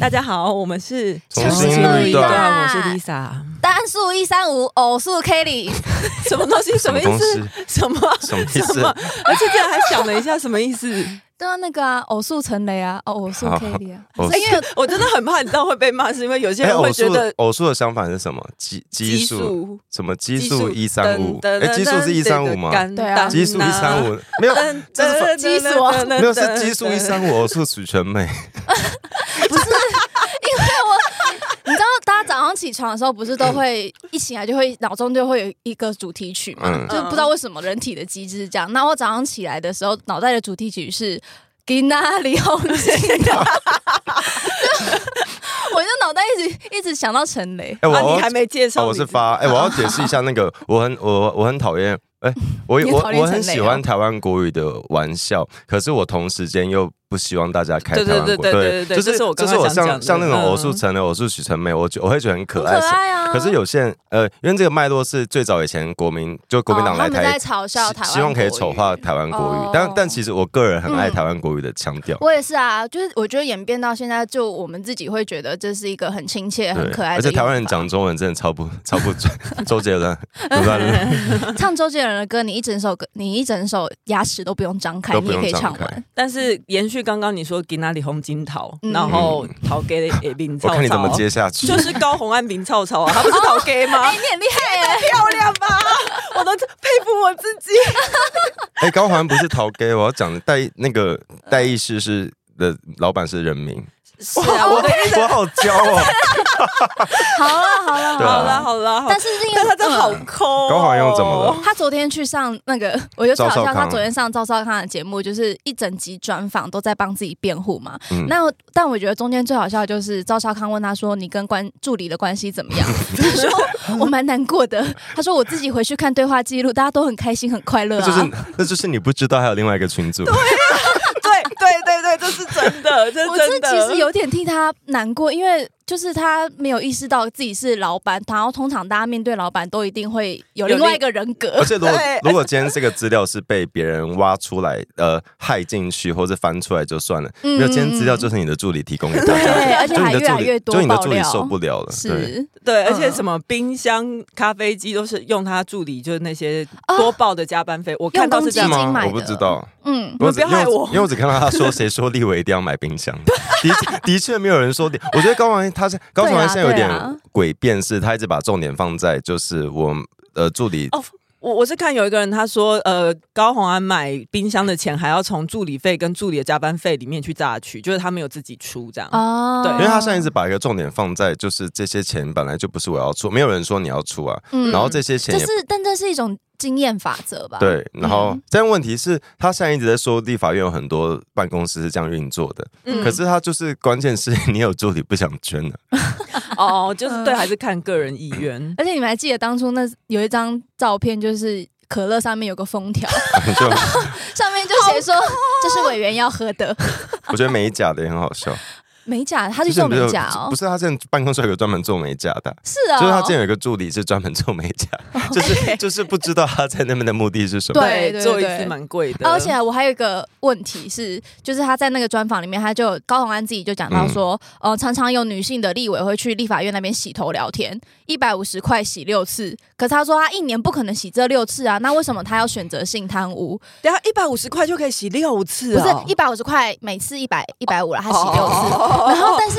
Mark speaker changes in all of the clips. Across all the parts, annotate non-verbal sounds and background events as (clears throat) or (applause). Speaker 1: 大家好，我们是
Speaker 2: 重新
Speaker 1: 重新录
Speaker 2: 录一
Speaker 1: 段
Speaker 3: 段
Speaker 1: 我是 Lisa。
Speaker 3: 单数一三五，偶数 Kelly，
Speaker 1: 什么
Speaker 2: (laughs)
Speaker 1: 东西？什么意
Speaker 2: 东
Speaker 1: 思
Speaker 2: 西？
Speaker 1: 什么？
Speaker 2: 什么意思
Speaker 1: 什么而且竟然还想了一下，什么意思？
Speaker 3: (laughs)
Speaker 1: (laughs)
Speaker 3: 对啊，那个啊，偶数陈雷啊，哦偶数
Speaker 2: 好
Speaker 3: Kelly 啊，
Speaker 2: 偶数
Speaker 3: 所以因为
Speaker 1: 我真的很怕你这样会被骂，是因为有些
Speaker 2: 哎，
Speaker 1: 人
Speaker 2: 偶
Speaker 1: 会
Speaker 2: 数
Speaker 1: 觉得
Speaker 2: 偶数的相反是什么？基基数什么？基数一三五？哎，基数是一三五吗？
Speaker 3: 对啊
Speaker 2: 基数一三，五没有，这是反
Speaker 3: 基数啊
Speaker 2: 没有是基数一
Speaker 1: 啊
Speaker 2: 三五，偶数许全美。
Speaker 3: 不是因为我，你知道大家早上起床的时候，不是都会 (coughs) 一起来就会脑中就会有一个主题曲嘛，
Speaker 2: 嗯
Speaker 3: 就不知道为什么人体的机制是这样。那我早上起来的时候，脑袋的主题曲是。给那里红心
Speaker 2: (laughs)
Speaker 3: 的，我就脑袋一直一直想到陈雷，
Speaker 2: 哎，
Speaker 1: 啊，
Speaker 2: 我
Speaker 1: 你还没介绍
Speaker 2: 哦，
Speaker 1: 你，
Speaker 2: 我是发哎，我要解释一下那个，我很我我很讨厌。哎，我
Speaker 3: 你
Speaker 2: 我
Speaker 3: 讨厌
Speaker 2: 我很
Speaker 3: 陈雷
Speaker 2: 喜
Speaker 3: 哦
Speaker 2: 欢台湾国语的玩笑，可是我同时间又不希望大家开
Speaker 1: 对
Speaker 2: 台
Speaker 1: 对
Speaker 2: 湾国
Speaker 1: 对对对对对
Speaker 2: 就是
Speaker 1: 这是我刚
Speaker 2: 就
Speaker 1: 刚
Speaker 2: 是我
Speaker 1: 想讲的
Speaker 2: 像像那
Speaker 1: 嗯
Speaker 2: 种偶数成的偶数许成美，我觉我会觉得很可
Speaker 3: 很
Speaker 2: 爱，
Speaker 3: 可爱啊。
Speaker 2: 可是有些人，呃，因为这个脉络是最早以前国民就国民党
Speaker 3: 哦
Speaker 2: 来
Speaker 3: 他们
Speaker 2: 台，
Speaker 3: 在嘲
Speaker 2: 希
Speaker 3: 笑台湾，
Speaker 2: 希望可以丑化。台湾国语，
Speaker 3: 哦
Speaker 2: 但但其实我个人很爱
Speaker 3: 嗯
Speaker 2: 台湾国语的腔调。
Speaker 3: 我也是啊，就是我觉得演变到现在，就我们自己会觉得这是一个很亲切、
Speaker 2: 对
Speaker 3: 很可爱的。
Speaker 2: 而且台湾人讲中文真的超不超不准， (laughs) 周杰
Speaker 3: (laughs)
Speaker 2: 伦、鲁班
Speaker 3: 唱周杰伦的歌，你一整首歌，你一整首牙齿都不用张开，
Speaker 2: 都
Speaker 3: 你
Speaker 2: 不
Speaker 3: 也
Speaker 2: 用
Speaker 3: 可以
Speaker 2: 张
Speaker 3: 唱
Speaker 2: 开
Speaker 3: 完。。哎
Speaker 1: 但是延续刚刚你说给那里红金桃，
Speaker 3: 嗯
Speaker 1: 然后桃给的也林
Speaker 2: 我
Speaker 1: 草啊
Speaker 2: 看你怎么接下去。
Speaker 1: 就是高红安林草草啊，他不是桃给吗
Speaker 3: (laughs) 哎，？你很厉害耶！
Speaker 1: 漂亮
Speaker 3: (laughs)
Speaker 1: 吧，我都佩服我自己。
Speaker 2: (laughs) 哎、高环不是陶 gay，我要讲的代那个代议士是的老板是人
Speaker 3: (laughs)
Speaker 2: 民，
Speaker 1: 是啊，我的意思
Speaker 2: 我好骄哦。对
Speaker 3: 好了好了好
Speaker 1: 好啦
Speaker 2: 啊
Speaker 3: 了，
Speaker 1: 好啦，好啦
Speaker 3: 但是因
Speaker 1: 但
Speaker 3: 为
Speaker 1: 他真的好
Speaker 3: 嗯
Speaker 1: 抠哦。
Speaker 2: 高好像又怎么了
Speaker 3: 他昨天去上那个， (laughs) 我就嘲
Speaker 2: 赵少
Speaker 3: 笑
Speaker 2: 康啊
Speaker 3: 他昨天上赵少康的节目，就是一整集专访都在帮自己辩护嘛。
Speaker 2: 嗯
Speaker 3: 那我但我觉得中间最好笑的就是赵少康问他说：“你跟关助理的关系怎么样？” (laughs) 他说：“我蛮难过的。” (laughs) 他说：“我自己回去看对话记录，大家都很开心，很快乐
Speaker 2: 那
Speaker 3: 啊。
Speaker 2: 就是那就是你不知道还有另外一个群组，
Speaker 1: 对对对对，这是真
Speaker 3: (laughs)
Speaker 1: 的，这
Speaker 3: (laughs) 我
Speaker 1: 是
Speaker 3: 是
Speaker 1: 真的。
Speaker 3: 其实有点替他难过，因为就是他没有意识到自己是老板，然后通常大家面对老板都一定会有
Speaker 1: 有
Speaker 3: 另外
Speaker 1: 另
Speaker 3: 一个人格
Speaker 2: (laughs) 而。且如果
Speaker 1: 对
Speaker 2: (laughs) 如果今天这个资料是被别人挖出来，呃，害进去或者翻出来就算了，
Speaker 3: 嗯
Speaker 2: 没有今天资料就是你的助理提供给大家，
Speaker 3: (laughs) 对，而且
Speaker 2: 就
Speaker 3: 还
Speaker 2: 你的
Speaker 3: 越
Speaker 2: 助
Speaker 3: 来越
Speaker 2: 理，
Speaker 3: 多
Speaker 2: 就你的
Speaker 3: 爆
Speaker 2: 助理
Speaker 3: 料，
Speaker 2: 受不了了，对。
Speaker 3: 是
Speaker 1: 对，而
Speaker 3: 嗯
Speaker 1: 且什么冰箱、咖啡机都是用他助理，就是那些
Speaker 3: 啊
Speaker 1: 多报的加班费。我看到是这
Speaker 3: 用
Speaker 1: 样
Speaker 3: 公积金
Speaker 1: 吗？
Speaker 3: 买
Speaker 2: 吗？
Speaker 3: 的
Speaker 2: 我不知道，
Speaker 3: (laughs) 嗯，
Speaker 1: 你们不
Speaker 2: 只
Speaker 1: 要害
Speaker 2: 因为
Speaker 1: 我
Speaker 2: 因为我只看到他说谁说立委一定要买冰
Speaker 3: (laughs)
Speaker 2: 箱，的确的确没有人说立。我觉得高王他是高王现在有
Speaker 3: 对
Speaker 2: 点
Speaker 3: 啊
Speaker 2: 诡辩，是他一直把重点放在就是我呃助理
Speaker 1: 哦我我是看有一个人他说，呃，高红安买冰箱的钱还要从助理费跟助理的加班费里面去榨取，就是他没有自己出这样。
Speaker 3: 哦，
Speaker 1: 对
Speaker 2: 因为他现在一直把一个重点放在就是这些钱本来就不是我要出，没有人说你要出啊，
Speaker 3: 嗯
Speaker 2: 然后这些钱
Speaker 3: 这
Speaker 2: 也
Speaker 3: 是但这是一种经验法则吧？，
Speaker 2: 对，然后
Speaker 3: 嗯
Speaker 2: 但问题是，他现在一直在说立法院有很多办公室是这样运作的，
Speaker 1: 嗯
Speaker 2: 可是他就是关键是你有助理不想捐的、
Speaker 1: 哦，就是对，
Speaker 3: 嗯
Speaker 1: 还是看个人意愿。
Speaker 3: 而且你们还记得当初那有一张照片，就是可乐上面有个封条，
Speaker 2: (laughs) 就
Speaker 3: 上面就写说这是委员要喝的
Speaker 2: 我觉得美甲的也很好笑，
Speaker 3: 美甲，他
Speaker 2: 他
Speaker 3: 去做美甲哦
Speaker 2: 不，是他现在办公室有个专门做美甲的。
Speaker 3: 是啊，
Speaker 2: 就是他之前有一个助理是专门做美
Speaker 3: (laughs)
Speaker 2: 甲，就是就是不知道他在那边的目的是什么。
Speaker 3: 对对
Speaker 1: 做一
Speaker 3: 对
Speaker 1: 次蛮贵的。
Speaker 3: 而且我还有一个问题是，就是他在那个专访里面，他就高洪安自己就讲
Speaker 2: 嗯
Speaker 3: 到说，呃，常常有女性的立委会去立法院那边洗头聊天，一百五十块洗六次，可是他说他一年不可能洗这六次啊，那为什么他要选择性贪污？
Speaker 1: 等一下一百五十块就可以洗六次
Speaker 3: 不是
Speaker 1: 哦，
Speaker 3: 一百五十块，每次一百一百五了，他洗六次，
Speaker 1: 哦
Speaker 3: 然后但是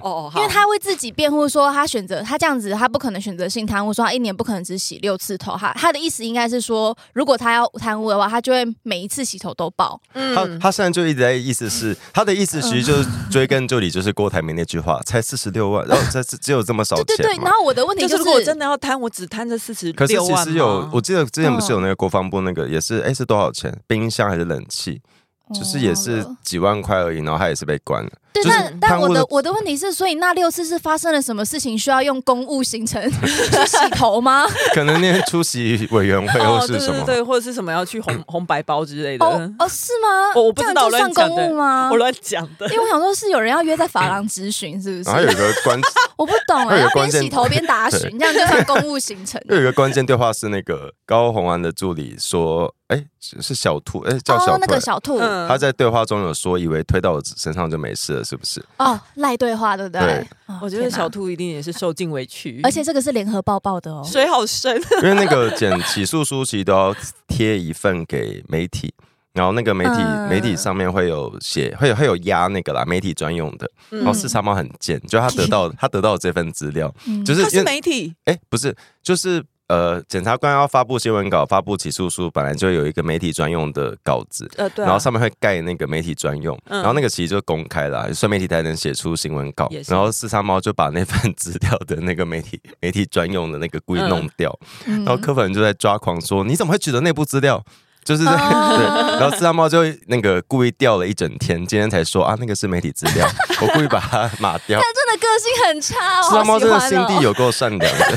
Speaker 1: 哦，好
Speaker 3: 因为他为自己辩护说，他选择他这样子，他不可能选择性贪污，说他一年不可能只洗六次头。他他的意思应该是说，如果他要贪污的话，他就会每一次洗头都报。
Speaker 2: 他
Speaker 1: 嗯，
Speaker 2: 他现在就一直在意思是，他的意思其实
Speaker 3: 嗯
Speaker 2: 就是追根究底，就是郭台铭那句话，才四十六万，然后才只只有这么少
Speaker 3: 对
Speaker 2: 钱
Speaker 3: 对对，
Speaker 2: 嘛
Speaker 3: 然后我的问题
Speaker 1: 哦就是
Speaker 3: 是，
Speaker 1: 如果我真的要贪，我只贪这四十
Speaker 2: 可是
Speaker 1: 六
Speaker 2: 其
Speaker 1: 万
Speaker 2: 实有
Speaker 1: 吗，
Speaker 2: 我记得之前不是
Speaker 3: 嗯
Speaker 2: 有那个国防部那个也是，哎是多少钱？冰箱还是冷气？
Speaker 3: 哦
Speaker 2: 就是也是几万块而已，然后他也是被关了。
Speaker 3: 对，
Speaker 2: 就是
Speaker 3: 但但
Speaker 2: 贪污
Speaker 3: 我的
Speaker 2: 的
Speaker 3: 我的问题是，所以那六次是发生了什么事情需要用公务行程去洗
Speaker 1: (laughs)
Speaker 3: 头吗？
Speaker 2: 可能那些出席委员会
Speaker 1: 哦，对
Speaker 2: 或是
Speaker 1: 对
Speaker 2: 什
Speaker 1: 对
Speaker 2: 么，
Speaker 1: 对，或者是什么要去
Speaker 2: (coughs)
Speaker 1: 红红白包之类的，嗯
Speaker 3: 哦哦，是吗？
Speaker 1: 我我不知道
Speaker 3: 这样就
Speaker 1: 我乱讲
Speaker 3: 算公务吗
Speaker 1: 我？乱讲的
Speaker 3: 因。为我想说，是有人要约在法廊质询，是不
Speaker 2: 然后有一
Speaker 3: 是？
Speaker 2: 个关，
Speaker 3: 我不懂
Speaker 2: 还
Speaker 3: 哎，
Speaker 2: 有
Speaker 3: 要
Speaker 2: 关
Speaker 3: 边
Speaker 2: 键。
Speaker 3: 洗头边打询，这样就算公务行程
Speaker 2: (laughs) 又有一个关键对话是那个高洪安的助理说，哎是是小兔，哎叫小
Speaker 3: 哦，那
Speaker 2: 兔
Speaker 3: 个
Speaker 2: 哎。
Speaker 3: 小兔，
Speaker 1: 嗯
Speaker 2: 他在对话中有说，以为推到我身上就没事了，是不是？
Speaker 3: 哦，赖对话，对不对？
Speaker 2: 对
Speaker 3: 哦
Speaker 1: 我觉得小，
Speaker 3: 天
Speaker 1: 兔一定也是受尽委屈，
Speaker 3: 哪而且这个是联合报报的哦。
Speaker 1: 水好深。
Speaker 2: 因为那个简起诉书其实都要贴一份给媒体，然后那个媒体、
Speaker 3: 嗯
Speaker 2: 媒体上面会有写，会有会有压那个啦，媒体专用的。
Speaker 1: 嗯
Speaker 2: 然后四叉猫很贱，就他得到他得到这份资料，
Speaker 3: 嗯
Speaker 2: 就是
Speaker 1: 他
Speaker 2: 因
Speaker 1: (laughs) 是
Speaker 2: 为
Speaker 1: 媒体，
Speaker 2: 哎、不是，就是呃，检察官要发布新闻稿、发布起诉书，本来就有一个媒体专用的稿子，
Speaker 1: 呃，对啊，
Speaker 2: 然后上面会盖那个媒体专用，
Speaker 1: 嗯
Speaker 2: 然后那个其实就公开了，啊算媒体才能写出新闻稿
Speaker 1: 也。是
Speaker 2: 然后四叉猫就把那份资料的那个媒体 (laughs) 媒体专用的那个故意弄掉，
Speaker 3: 嗯
Speaker 2: 然后柯粉就在抓狂说：“你怎么会取得内部资料？”就是在、(laughs)
Speaker 3: 哦
Speaker 2: 对，然后四叉猫就那个故意掉了一整天，今天才说啊，那个是媒体资
Speaker 3: (laughs)
Speaker 2: 料，我故意把它码掉。
Speaker 3: 他真的个性很差哦，
Speaker 2: 四啊叉猫
Speaker 3: 好喜
Speaker 2: 真
Speaker 3: 欢
Speaker 2: 的
Speaker 3: 哦
Speaker 2: 心地有够善良的。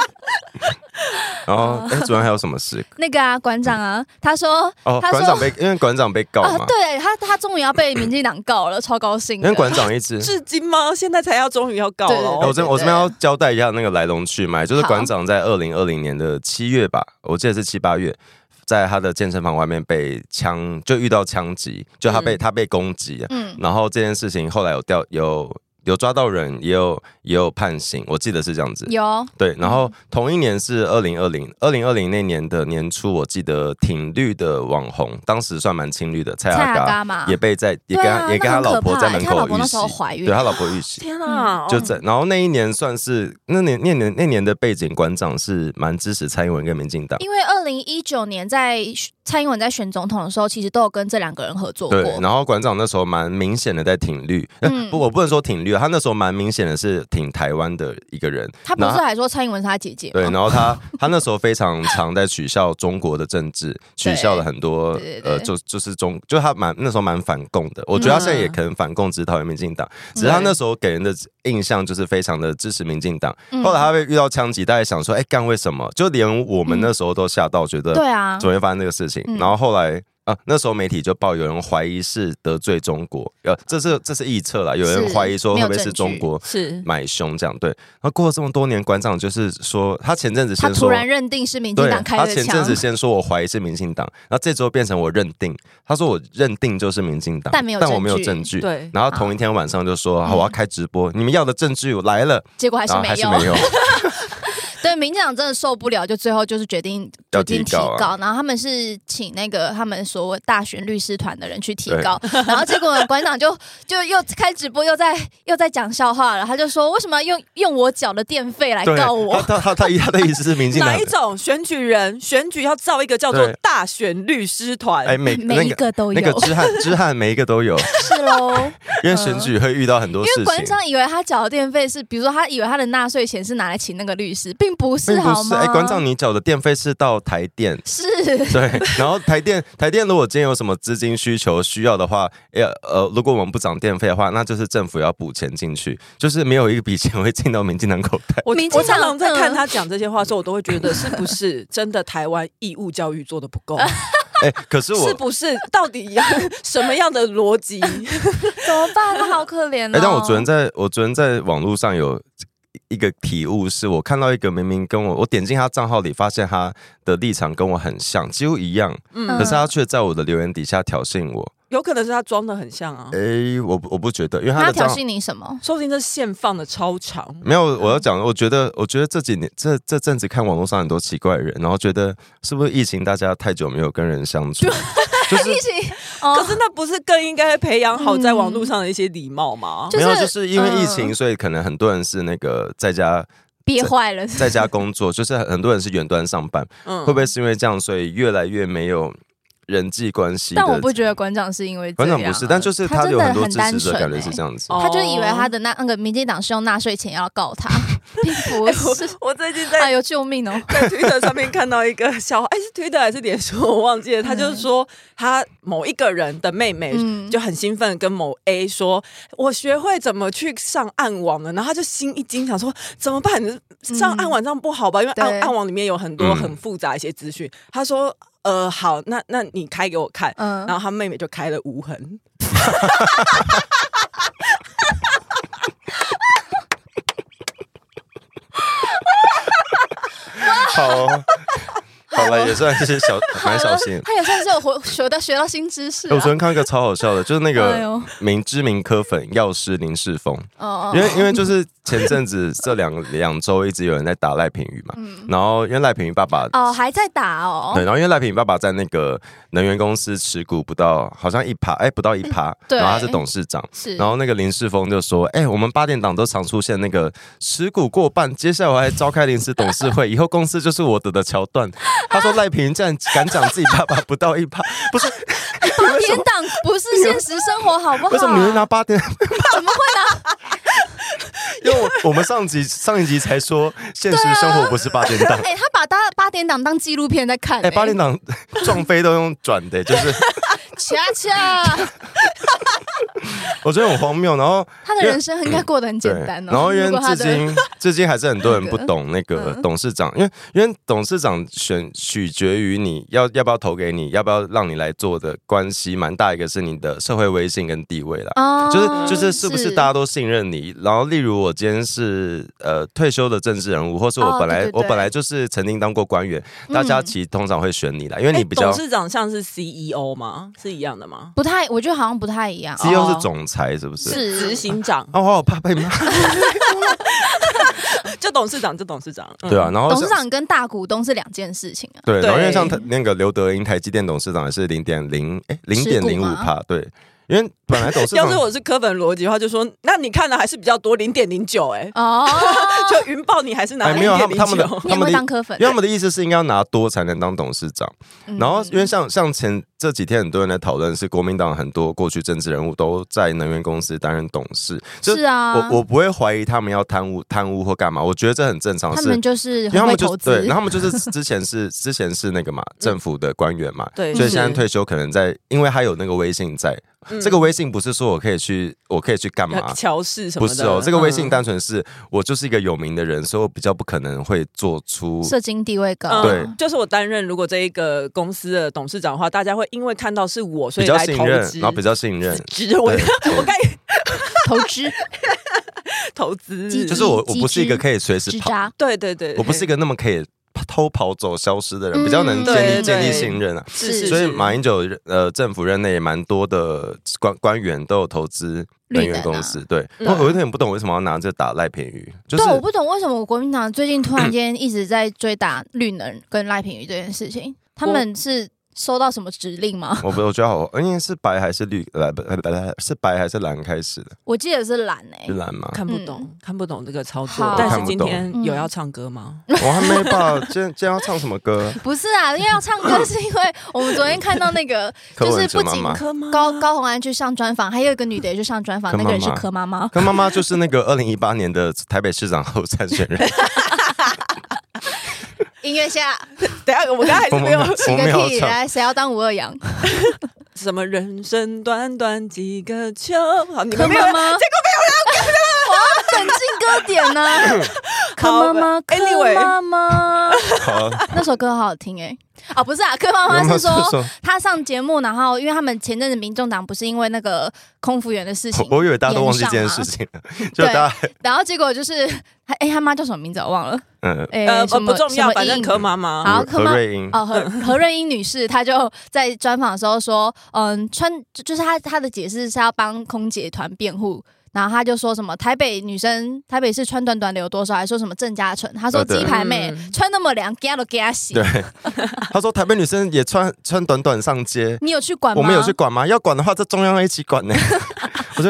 Speaker 3: 哦
Speaker 2: (laughs) 然后，哎，主任还有什么事？
Speaker 3: 那个啊，馆长啊，他说，
Speaker 2: 哦，
Speaker 3: 他
Speaker 2: 馆
Speaker 3: 说
Speaker 2: 长被因为馆长被告
Speaker 3: 啊
Speaker 2: 嘛，，
Speaker 3: 对他，他终于要被民进党告
Speaker 2: (coughs)
Speaker 3: 了，超高兴
Speaker 2: 因
Speaker 3: 的。
Speaker 2: 为馆长一直
Speaker 1: 至今吗？现在才要终于要告
Speaker 3: 对
Speaker 1: 了
Speaker 3: 对
Speaker 2: 哎，我
Speaker 1: 哦，
Speaker 2: 这
Speaker 3: 对
Speaker 2: 我这边
Speaker 3: 对
Speaker 2: 要交代一下那个来龙去脉，就是
Speaker 3: 好
Speaker 2: 馆长在二零二零年的七月吧，我记得是七八月，在他的健身房外面被枪，就遇到枪击，就他被、
Speaker 1: 嗯
Speaker 2: 他被攻击，
Speaker 3: 嗯，
Speaker 2: 然后这件事情后来有调有有抓到人，也有也有判刑，我记得是这样子。
Speaker 3: 有，嗯
Speaker 2: 对，然后同一年是二零二零，二零二零那年的年初，我记得挺绿的网红，当时算蛮青绿的蔡
Speaker 3: 蔡
Speaker 2: 阿
Speaker 3: 阿嘎
Speaker 2: 嘎
Speaker 3: 嘛
Speaker 2: 也被在也
Speaker 3: 对
Speaker 2: 跟
Speaker 3: 啊
Speaker 2: 他、也跟他
Speaker 3: 那很
Speaker 2: 老婆
Speaker 3: 可怕
Speaker 2: 在门
Speaker 3: 欸他
Speaker 2: 口
Speaker 3: 老婆
Speaker 2: 遇
Speaker 3: 那时候
Speaker 2: 袭
Speaker 3: 怀孕
Speaker 2: 对他老婆遇袭，
Speaker 1: 天啊，
Speaker 2: 嗯就
Speaker 3: 嗯
Speaker 1: 哦
Speaker 2: 在，然后那一年算是那年那年那年的背景，馆长是蛮支持蔡英文跟民进党，
Speaker 3: 因为二零一九年在蔡英文在选总统的时候，其实都有跟这两个人合作过。
Speaker 2: 对，然后馆长那时候蛮明显的在挺绿，
Speaker 3: 嗯
Speaker 2: 呃不，我不能说挺绿啊，他那时候蛮明显的是挺台湾的一个人，
Speaker 3: 他不
Speaker 2: 然
Speaker 3: 是啊哦
Speaker 2: 后
Speaker 3: 还说蔡英文是他姐姐
Speaker 2: 对，
Speaker 3: 吗？
Speaker 2: 然后他他那时候非常常在取笑中国的政治，取笑了很多
Speaker 3: (laughs) 对对对
Speaker 2: 呃，就就是中，就他蛮那时候蛮反共的。我觉得他现在
Speaker 3: 嗯
Speaker 2: 也可能反共，只是讨厌民进党。只是他那时候给人的印象就是非常的支持民进党。
Speaker 3: 嗯
Speaker 2: 后来他被遇到枪击，大家想说，哎，干为什么？就连我们那时候都吓到，觉得
Speaker 3: 嗯对啊，
Speaker 2: 怎么会发生这个事情
Speaker 3: 嗯？
Speaker 2: 然后后来。啊，那时候媒体就报有人怀疑是得罪中国，呃，这是这是臆测啦，有人
Speaker 3: 是
Speaker 2: 怀疑说
Speaker 3: 没
Speaker 2: 会不
Speaker 3: 有
Speaker 2: 会是
Speaker 3: 证
Speaker 2: 中
Speaker 3: 据
Speaker 2: 国
Speaker 1: 是
Speaker 2: 买凶这样对。然后过了这么多年，馆长就是说，他前阵子
Speaker 3: 他
Speaker 2: 先
Speaker 3: 突
Speaker 2: 说，
Speaker 3: 然认定是民进
Speaker 2: 对，
Speaker 3: 党开
Speaker 2: 他
Speaker 3: 的
Speaker 2: 前阵
Speaker 3: 枪
Speaker 2: 子，先说我怀疑是民进党，然后这周变成我认定，他说我认定就是民进党，
Speaker 3: 但没有
Speaker 2: 我没有
Speaker 3: 证据
Speaker 2: 证据。
Speaker 3: 啊
Speaker 1: 对，
Speaker 2: 然后同一天晚上就说、啊我要开直播，你们要的证据我来了，
Speaker 3: 结果还是
Speaker 2: 然后
Speaker 3: 没
Speaker 2: 啊还是
Speaker 3: 有。
Speaker 2: 没有。
Speaker 3: 对，民进党真的受不了，就最后就是决定
Speaker 2: 要
Speaker 3: 决定
Speaker 2: 提
Speaker 3: 提
Speaker 2: 告啊
Speaker 3: 告，然后他们是请那个他们所谓大选律师团的人去提告， (laughs) 然后结果馆长就就又开直播，又在又在讲笑话了，他就说为什么要用用我缴的电费来
Speaker 2: 对，
Speaker 3: 告我？
Speaker 2: 他他他他他的意思是民进
Speaker 1: 哪
Speaker 2: 党
Speaker 1: 一。种选举人选举要造一个叫做
Speaker 2: 对
Speaker 1: 大选律师团？
Speaker 2: 哎，每
Speaker 3: 每一个都有
Speaker 2: 那
Speaker 3: (laughs)
Speaker 2: 个支汉支汉每一个都有，
Speaker 3: 是喽。
Speaker 2: 因为选举会遇到很多
Speaker 3: (laughs) 嗯因
Speaker 2: 事
Speaker 3: 为馆
Speaker 2: 情，
Speaker 3: 长以为他缴的电费是，比如说他以为他的纳税钱是拿来请那个律师，并不是，
Speaker 2: 并不
Speaker 3: 好
Speaker 2: 是
Speaker 3: 吗？
Speaker 2: 哎，馆长你缴的电费是到台电，
Speaker 3: 是
Speaker 2: 对，然后台电台电如果今天有什么资金需求需要的话，要呃，如果我们不涨电费的话，那就是政府要补钱进去，就是没有一笔钱会进到民进党口袋。
Speaker 1: 我
Speaker 3: 民进
Speaker 1: 我常常
Speaker 3: 党
Speaker 1: 在看
Speaker 3: 嗯
Speaker 1: 他讲这些话的时候，我都会觉得是不是真的台湾义务教育做的不够？
Speaker 3: 嗯
Speaker 2: 哎，可是我
Speaker 1: 是不是到底要什么样的逻辑？
Speaker 3: 怎么办？他好可怜哦。
Speaker 2: 哎，但我昨天在我昨天在网络上有一个体悟，是我看到一个明明跟我我点进他账号里，发现他的立场跟我很像，几乎一样，可
Speaker 1: 嗯，
Speaker 2: 是他却在我的留言底下挑衅我。
Speaker 1: 有可能是他装的很像啊，
Speaker 2: 哎，我不我不觉得，因为他
Speaker 3: 他
Speaker 2: 的
Speaker 3: 挑
Speaker 2: 账号。
Speaker 3: 衅你
Speaker 2: (laughs)
Speaker 3: 什么？
Speaker 1: 说不定这线放的超长。
Speaker 3: 哦
Speaker 2: 没有，我要讲，我觉得，我觉得这几年这这阵子看网络上很多奇怪的人，然后觉得是不是疫情大家太久没有跟人相处， (laughs) 就是
Speaker 3: 一起哦
Speaker 1: 可是那不是更应该培养好在网络上的一些礼貌吗？
Speaker 3: 嗯就
Speaker 2: 没
Speaker 3: 是
Speaker 2: 有，就是因为疫
Speaker 3: 嗯
Speaker 2: 情，所以可能很多人是那个在家
Speaker 3: 憋坏
Speaker 2: (laughs)
Speaker 3: 了，
Speaker 2: 在家工作，就是很多人是远端上班，
Speaker 1: 嗯
Speaker 2: 会不会是因为这样，所以越来越没有人际关系的？
Speaker 3: 但我不觉得馆长是因为这
Speaker 2: 馆
Speaker 3: 样啊
Speaker 2: 长不是，但就是
Speaker 3: 他
Speaker 2: 他
Speaker 3: 真
Speaker 2: 有
Speaker 3: 的
Speaker 2: 很多
Speaker 3: 很
Speaker 2: 支
Speaker 3: 单
Speaker 2: 持者，
Speaker 3: 纯
Speaker 2: 感觉
Speaker 3: 欸
Speaker 2: 是这样子。
Speaker 1: 哦
Speaker 3: 他就以为他的那那个民进党是用纳税钱要
Speaker 2: (laughs)
Speaker 3: 告他，并不哎是。
Speaker 1: (laughs) 我最近
Speaker 3: 哎
Speaker 1: 在
Speaker 3: 呦，救命哦！
Speaker 1: 在 Twitter 上面看到一个笑话，哎，是 Twitter 还是脸书，我忘记了。他就是说，他某一个人的妹妹
Speaker 3: 嗯
Speaker 1: 就很兴奋，跟某 A 说：“我学会怎么去上暗网了。”然后他就心一惊，想说：“怎么办？上暗网这样不好吧？因为
Speaker 3: 对
Speaker 1: 暗暗网里面有很多
Speaker 2: 嗯
Speaker 1: 很复杂一些资讯。”他说：“呃，好，那那你开给我看。”
Speaker 3: 嗯
Speaker 1: 然后他妹妹就开了无痕。
Speaker 2: 好哦，好了，也算是小蛮小心的。
Speaker 3: 他也 (laughs) 算是啊有活学到学到新知识、啊。
Speaker 2: 我昨天看一个超好笑的，就是那
Speaker 3: 哎
Speaker 2: 个
Speaker 3: 呦
Speaker 2: 名知名科粉药师林世峰，
Speaker 3: 哦
Speaker 2: 因为因为就是前阵子这两两周一直有人在打赖品妤嘛，
Speaker 3: 嗯
Speaker 2: 然后因为赖品妤爸爸
Speaker 3: 哦哦，还在打
Speaker 2: (laughs)
Speaker 3: 哦
Speaker 2: 对，。然后因为赖品妤爸爸在那个能源公司持股不到，好像一趴，哎，不到一趴，
Speaker 3: 嗯对
Speaker 2: 然后他是董事长。
Speaker 3: 是，
Speaker 2: 然后那个林世峰就说：“哎、我们八点档都常出现那个持股过半，接下来我还召开临时董事会，以后公司就是我的的桥段。”他说：“赖品妤竟然敢讲自己爸爸不到一趴，不是
Speaker 3: 八点档不是现实生活，好不好？
Speaker 2: 为什么你会拿八点？
Speaker 3: 怎么会拿？
Speaker 2: 因为我我们上集上一集才说现实生活不是八点档，
Speaker 3: 哎、他把大八点档当纪录片在看、欸
Speaker 2: 哎、八点档撞飞都用转的、就是
Speaker 3: 恰恰，
Speaker 2: 我觉得很荒谬。然后
Speaker 3: 他的人生应该过得很简单哦。
Speaker 2: 然后因
Speaker 3: 如
Speaker 2: 为
Speaker 3: 果他
Speaker 2: 至
Speaker 3: 的
Speaker 2: 今 (laughs) 至今还是很多人不懂那
Speaker 3: 那
Speaker 2: 个
Speaker 3: 个
Speaker 2: 董事长，因为因为董事长选取决于你要要不要投给你，要不要让你来做的关系，蛮大一个是你的社会威信跟地位啦。
Speaker 3: 哦
Speaker 2: 就是就是是不是大家都信任你？然后例如我今天是呃退休的政治人物，或是
Speaker 3: 哦
Speaker 2: 我本来
Speaker 3: 对对对
Speaker 2: 我本来就是曾经当过官员，大家
Speaker 3: 嗯
Speaker 2: 其实通常会选你啦，因为
Speaker 1: 哎
Speaker 2: 你比较
Speaker 1: 董事长像是 CEO 吗？是一样的吗？
Speaker 3: 不太，我觉得好像不太一样。
Speaker 2: 只有是总裁，是不是？
Speaker 3: 哦是
Speaker 1: 执行
Speaker 3: (laughs)
Speaker 1: 长，
Speaker 2: 啊，我好怕被骂。
Speaker 1: 就董事长，就董事长。嗯
Speaker 2: 对啊，，然后
Speaker 3: 董
Speaker 2: 像
Speaker 3: 事长跟大股东是两件事情啊。
Speaker 2: 对，然后因为
Speaker 1: 对
Speaker 2: 像他那个刘德英，台积电董事长也是零点零哎零点零五帕，对，因为本来董事
Speaker 1: 要是
Speaker 2: 长
Speaker 1: 我是科粉逻辑的话，就说那你看的还是比较多，零点零九，哎，
Speaker 3: (laughs) 哦，
Speaker 1: 就云豹你还是拿
Speaker 2: 哎
Speaker 1: 零
Speaker 2: 没有
Speaker 1: 点
Speaker 2: 他
Speaker 1: 零
Speaker 2: 们他们的
Speaker 1: 九，
Speaker 3: 你也会当科粉
Speaker 2: 因为，他们的意思是 (laughs) 应该要拿多才能当董事长，
Speaker 3: 嗯
Speaker 2: 然后因为像像前这几天很多人在讨论，是国民党很多过去政治人物都在能源公司担任董事，就是
Speaker 3: 啊，
Speaker 2: 我我不会怀疑他们要贪污贪污或干嘛，我觉得这很正常，
Speaker 3: 他
Speaker 2: 是
Speaker 3: 们就是
Speaker 2: 因为他
Speaker 3: 很会
Speaker 2: 们就
Speaker 3: 投
Speaker 2: 对，
Speaker 3: 资嗯
Speaker 2: 然后他们就是之前是之前是那个嘛政府的官员嘛，
Speaker 1: 对
Speaker 2: 所以现在
Speaker 1: 是
Speaker 2: 退休可能在，因为他有那个微信在，
Speaker 1: 嗯
Speaker 2: 这个微信不是说我可以去我可以去干嘛。
Speaker 1: 呃乔氏什
Speaker 2: 不
Speaker 1: 么的，
Speaker 2: 是哦，这个微信
Speaker 1: 嗯
Speaker 2: 单纯是我就是一个有名的人，所以我比较不可能会做出
Speaker 3: 社经地位高，
Speaker 2: 对
Speaker 1: 嗯就是我担任如果这一个公司的董事长的话，大家会因为看到是我，所
Speaker 2: 比
Speaker 1: 以
Speaker 2: 较
Speaker 1: 来
Speaker 2: 信
Speaker 1: 投
Speaker 2: 任，
Speaker 1: 资，
Speaker 2: 然后比较信任，
Speaker 1: 职 (laughs) 我我该
Speaker 3: 投资
Speaker 1: 投资，
Speaker 3: 基
Speaker 2: 就
Speaker 3: 金
Speaker 2: 是我
Speaker 3: 机
Speaker 2: 我不 (laughs) 是一个
Speaker 3: 智
Speaker 2: 可以随时
Speaker 3: 支
Speaker 2: 跑，
Speaker 3: 扎，
Speaker 1: 对对对，
Speaker 2: 我不是一个那么可以偷跑走消失的人，
Speaker 3: 嗯
Speaker 2: 比较能
Speaker 1: 对
Speaker 2: 建
Speaker 1: 对
Speaker 2: 立建立
Speaker 1: 对
Speaker 2: 信任啊。
Speaker 1: 是，是
Speaker 3: 是
Speaker 2: 所以
Speaker 1: 是
Speaker 2: 马英九呃政府任内也蛮多的呃官官员都有投资能源公司，对
Speaker 1: 嗯
Speaker 2: 我我有点不懂为什么要拿这打赖品妤，就是
Speaker 3: 对，我不懂为什么国民党最近突然间一直在追打绿能跟赖品妤这件事情，他们是收到什么指令吗？
Speaker 2: (laughs)
Speaker 3: (laughs)
Speaker 2: 我不我觉得好，因为是白还是绿，呃不不不不是白还是蓝开始的，
Speaker 3: 我记得是蓝欸诶、
Speaker 2: 是蓝嘛？
Speaker 1: 看不懂
Speaker 3: 嗯
Speaker 1: 看不懂这个操作
Speaker 3: 好，
Speaker 1: 但
Speaker 2: 看
Speaker 1: 是
Speaker 2: 不
Speaker 1: 今
Speaker 2: 懂
Speaker 1: 天有要唱歌吗？
Speaker 2: 我
Speaker 3: (laughs)
Speaker 2: 还没把今天今天要唱什么歌？
Speaker 3: 不是啊，因为要唱歌是因为我们昨天看到那个
Speaker 2: 柯
Speaker 3: 就是
Speaker 2: 文哲
Speaker 3: 不
Speaker 2: 妈
Speaker 3: 仅
Speaker 2: 妈，
Speaker 1: 歌吗
Speaker 3: 嗯高高红安去上专访，还有一个女的也去上专访，
Speaker 2: 柯
Speaker 3: 那个人
Speaker 2: 妈
Speaker 3: 是
Speaker 2: 妈
Speaker 3: 柯妈妈。
Speaker 2: 跟妈妈就是那个二零一八年的台北市长候参选
Speaker 3: (laughs)
Speaker 2: 人，
Speaker 3: 音乐下，
Speaker 1: 等一下，我们刚才还
Speaker 2: 我
Speaker 1: 是
Speaker 2: 们
Speaker 1: 没
Speaker 2: 没有
Speaker 1: 有
Speaker 2: 我
Speaker 3: 几
Speaker 2: 们没
Speaker 3: 个
Speaker 2: 有
Speaker 3: 屁，
Speaker 2: 唱，
Speaker 3: 来，谁要当吴二阳？
Speaker 1: 什么人生短短几个秋，好，你
Speaker 3: 柯
Speaker 1: 们没有
Speaker 3: 妈妈，结果没有人要跟了，我要啊等进歌点 (laughs) 呢。柯妈妈，柯
Speaker 1: Anyway
Speaker 3: 妈妈， (laughs)
Speaker 2: 好，
Speaker 3: 那首歌好好听哎。啊，不是啊，柯妈妈哦是说
Speaker 2: 妈妈就
Speaker 3: 她上节目，然后因为他们前阵子民众党不是因为那个空服员的事情，
Speaker 2: 我我以为大家都忘记这件事情
Speaker 3: 啊
Speaker 2: 了， (laughs) 就大家
Speaker 3: 然后结果就是，哎、他妈叫什么名字我忘了，
Speaker 2: 嗯，
Speaker 3: 哎、
Speaker 1: 呃
Speaker 3: 什
Speaker 1: 呃
Speaker 3: 么
Speaker 1: 不重
Speaker 3: 什
Speaker 1: 要，
Speaker 3: 么
Speaker 1: 反正
Speaker 3: 英
Speaker 1: 柯妈妈
Speaker 3: 好柯
Speaker 2: 何
Speaker 3: 妈
Speaker 2: 瑞英
Speaker 3: 哦，何
Speaker 2: (laughs)
Speaker 3: 何润英女士，她就在专访的时候说，嗯，穿就就是她她的解释是要帮空姐团辩护然后他就说什么台北女生，台北市穿短短的有多少？还说什么郑嘉纯，他说
Speaker 2: 呃对
Speaker 3: 鸡排妹
Speaker 1: 嗯
Speaker 3: 穿那么凉，给都给她洗。
Speaker 2: 对， (laughs) 他说台北女生也穿穿短短上街，
Speaker 3: 你有去管吗？
Speaker 2: 我们有去管吗？要管的话，这中央要一起管呢。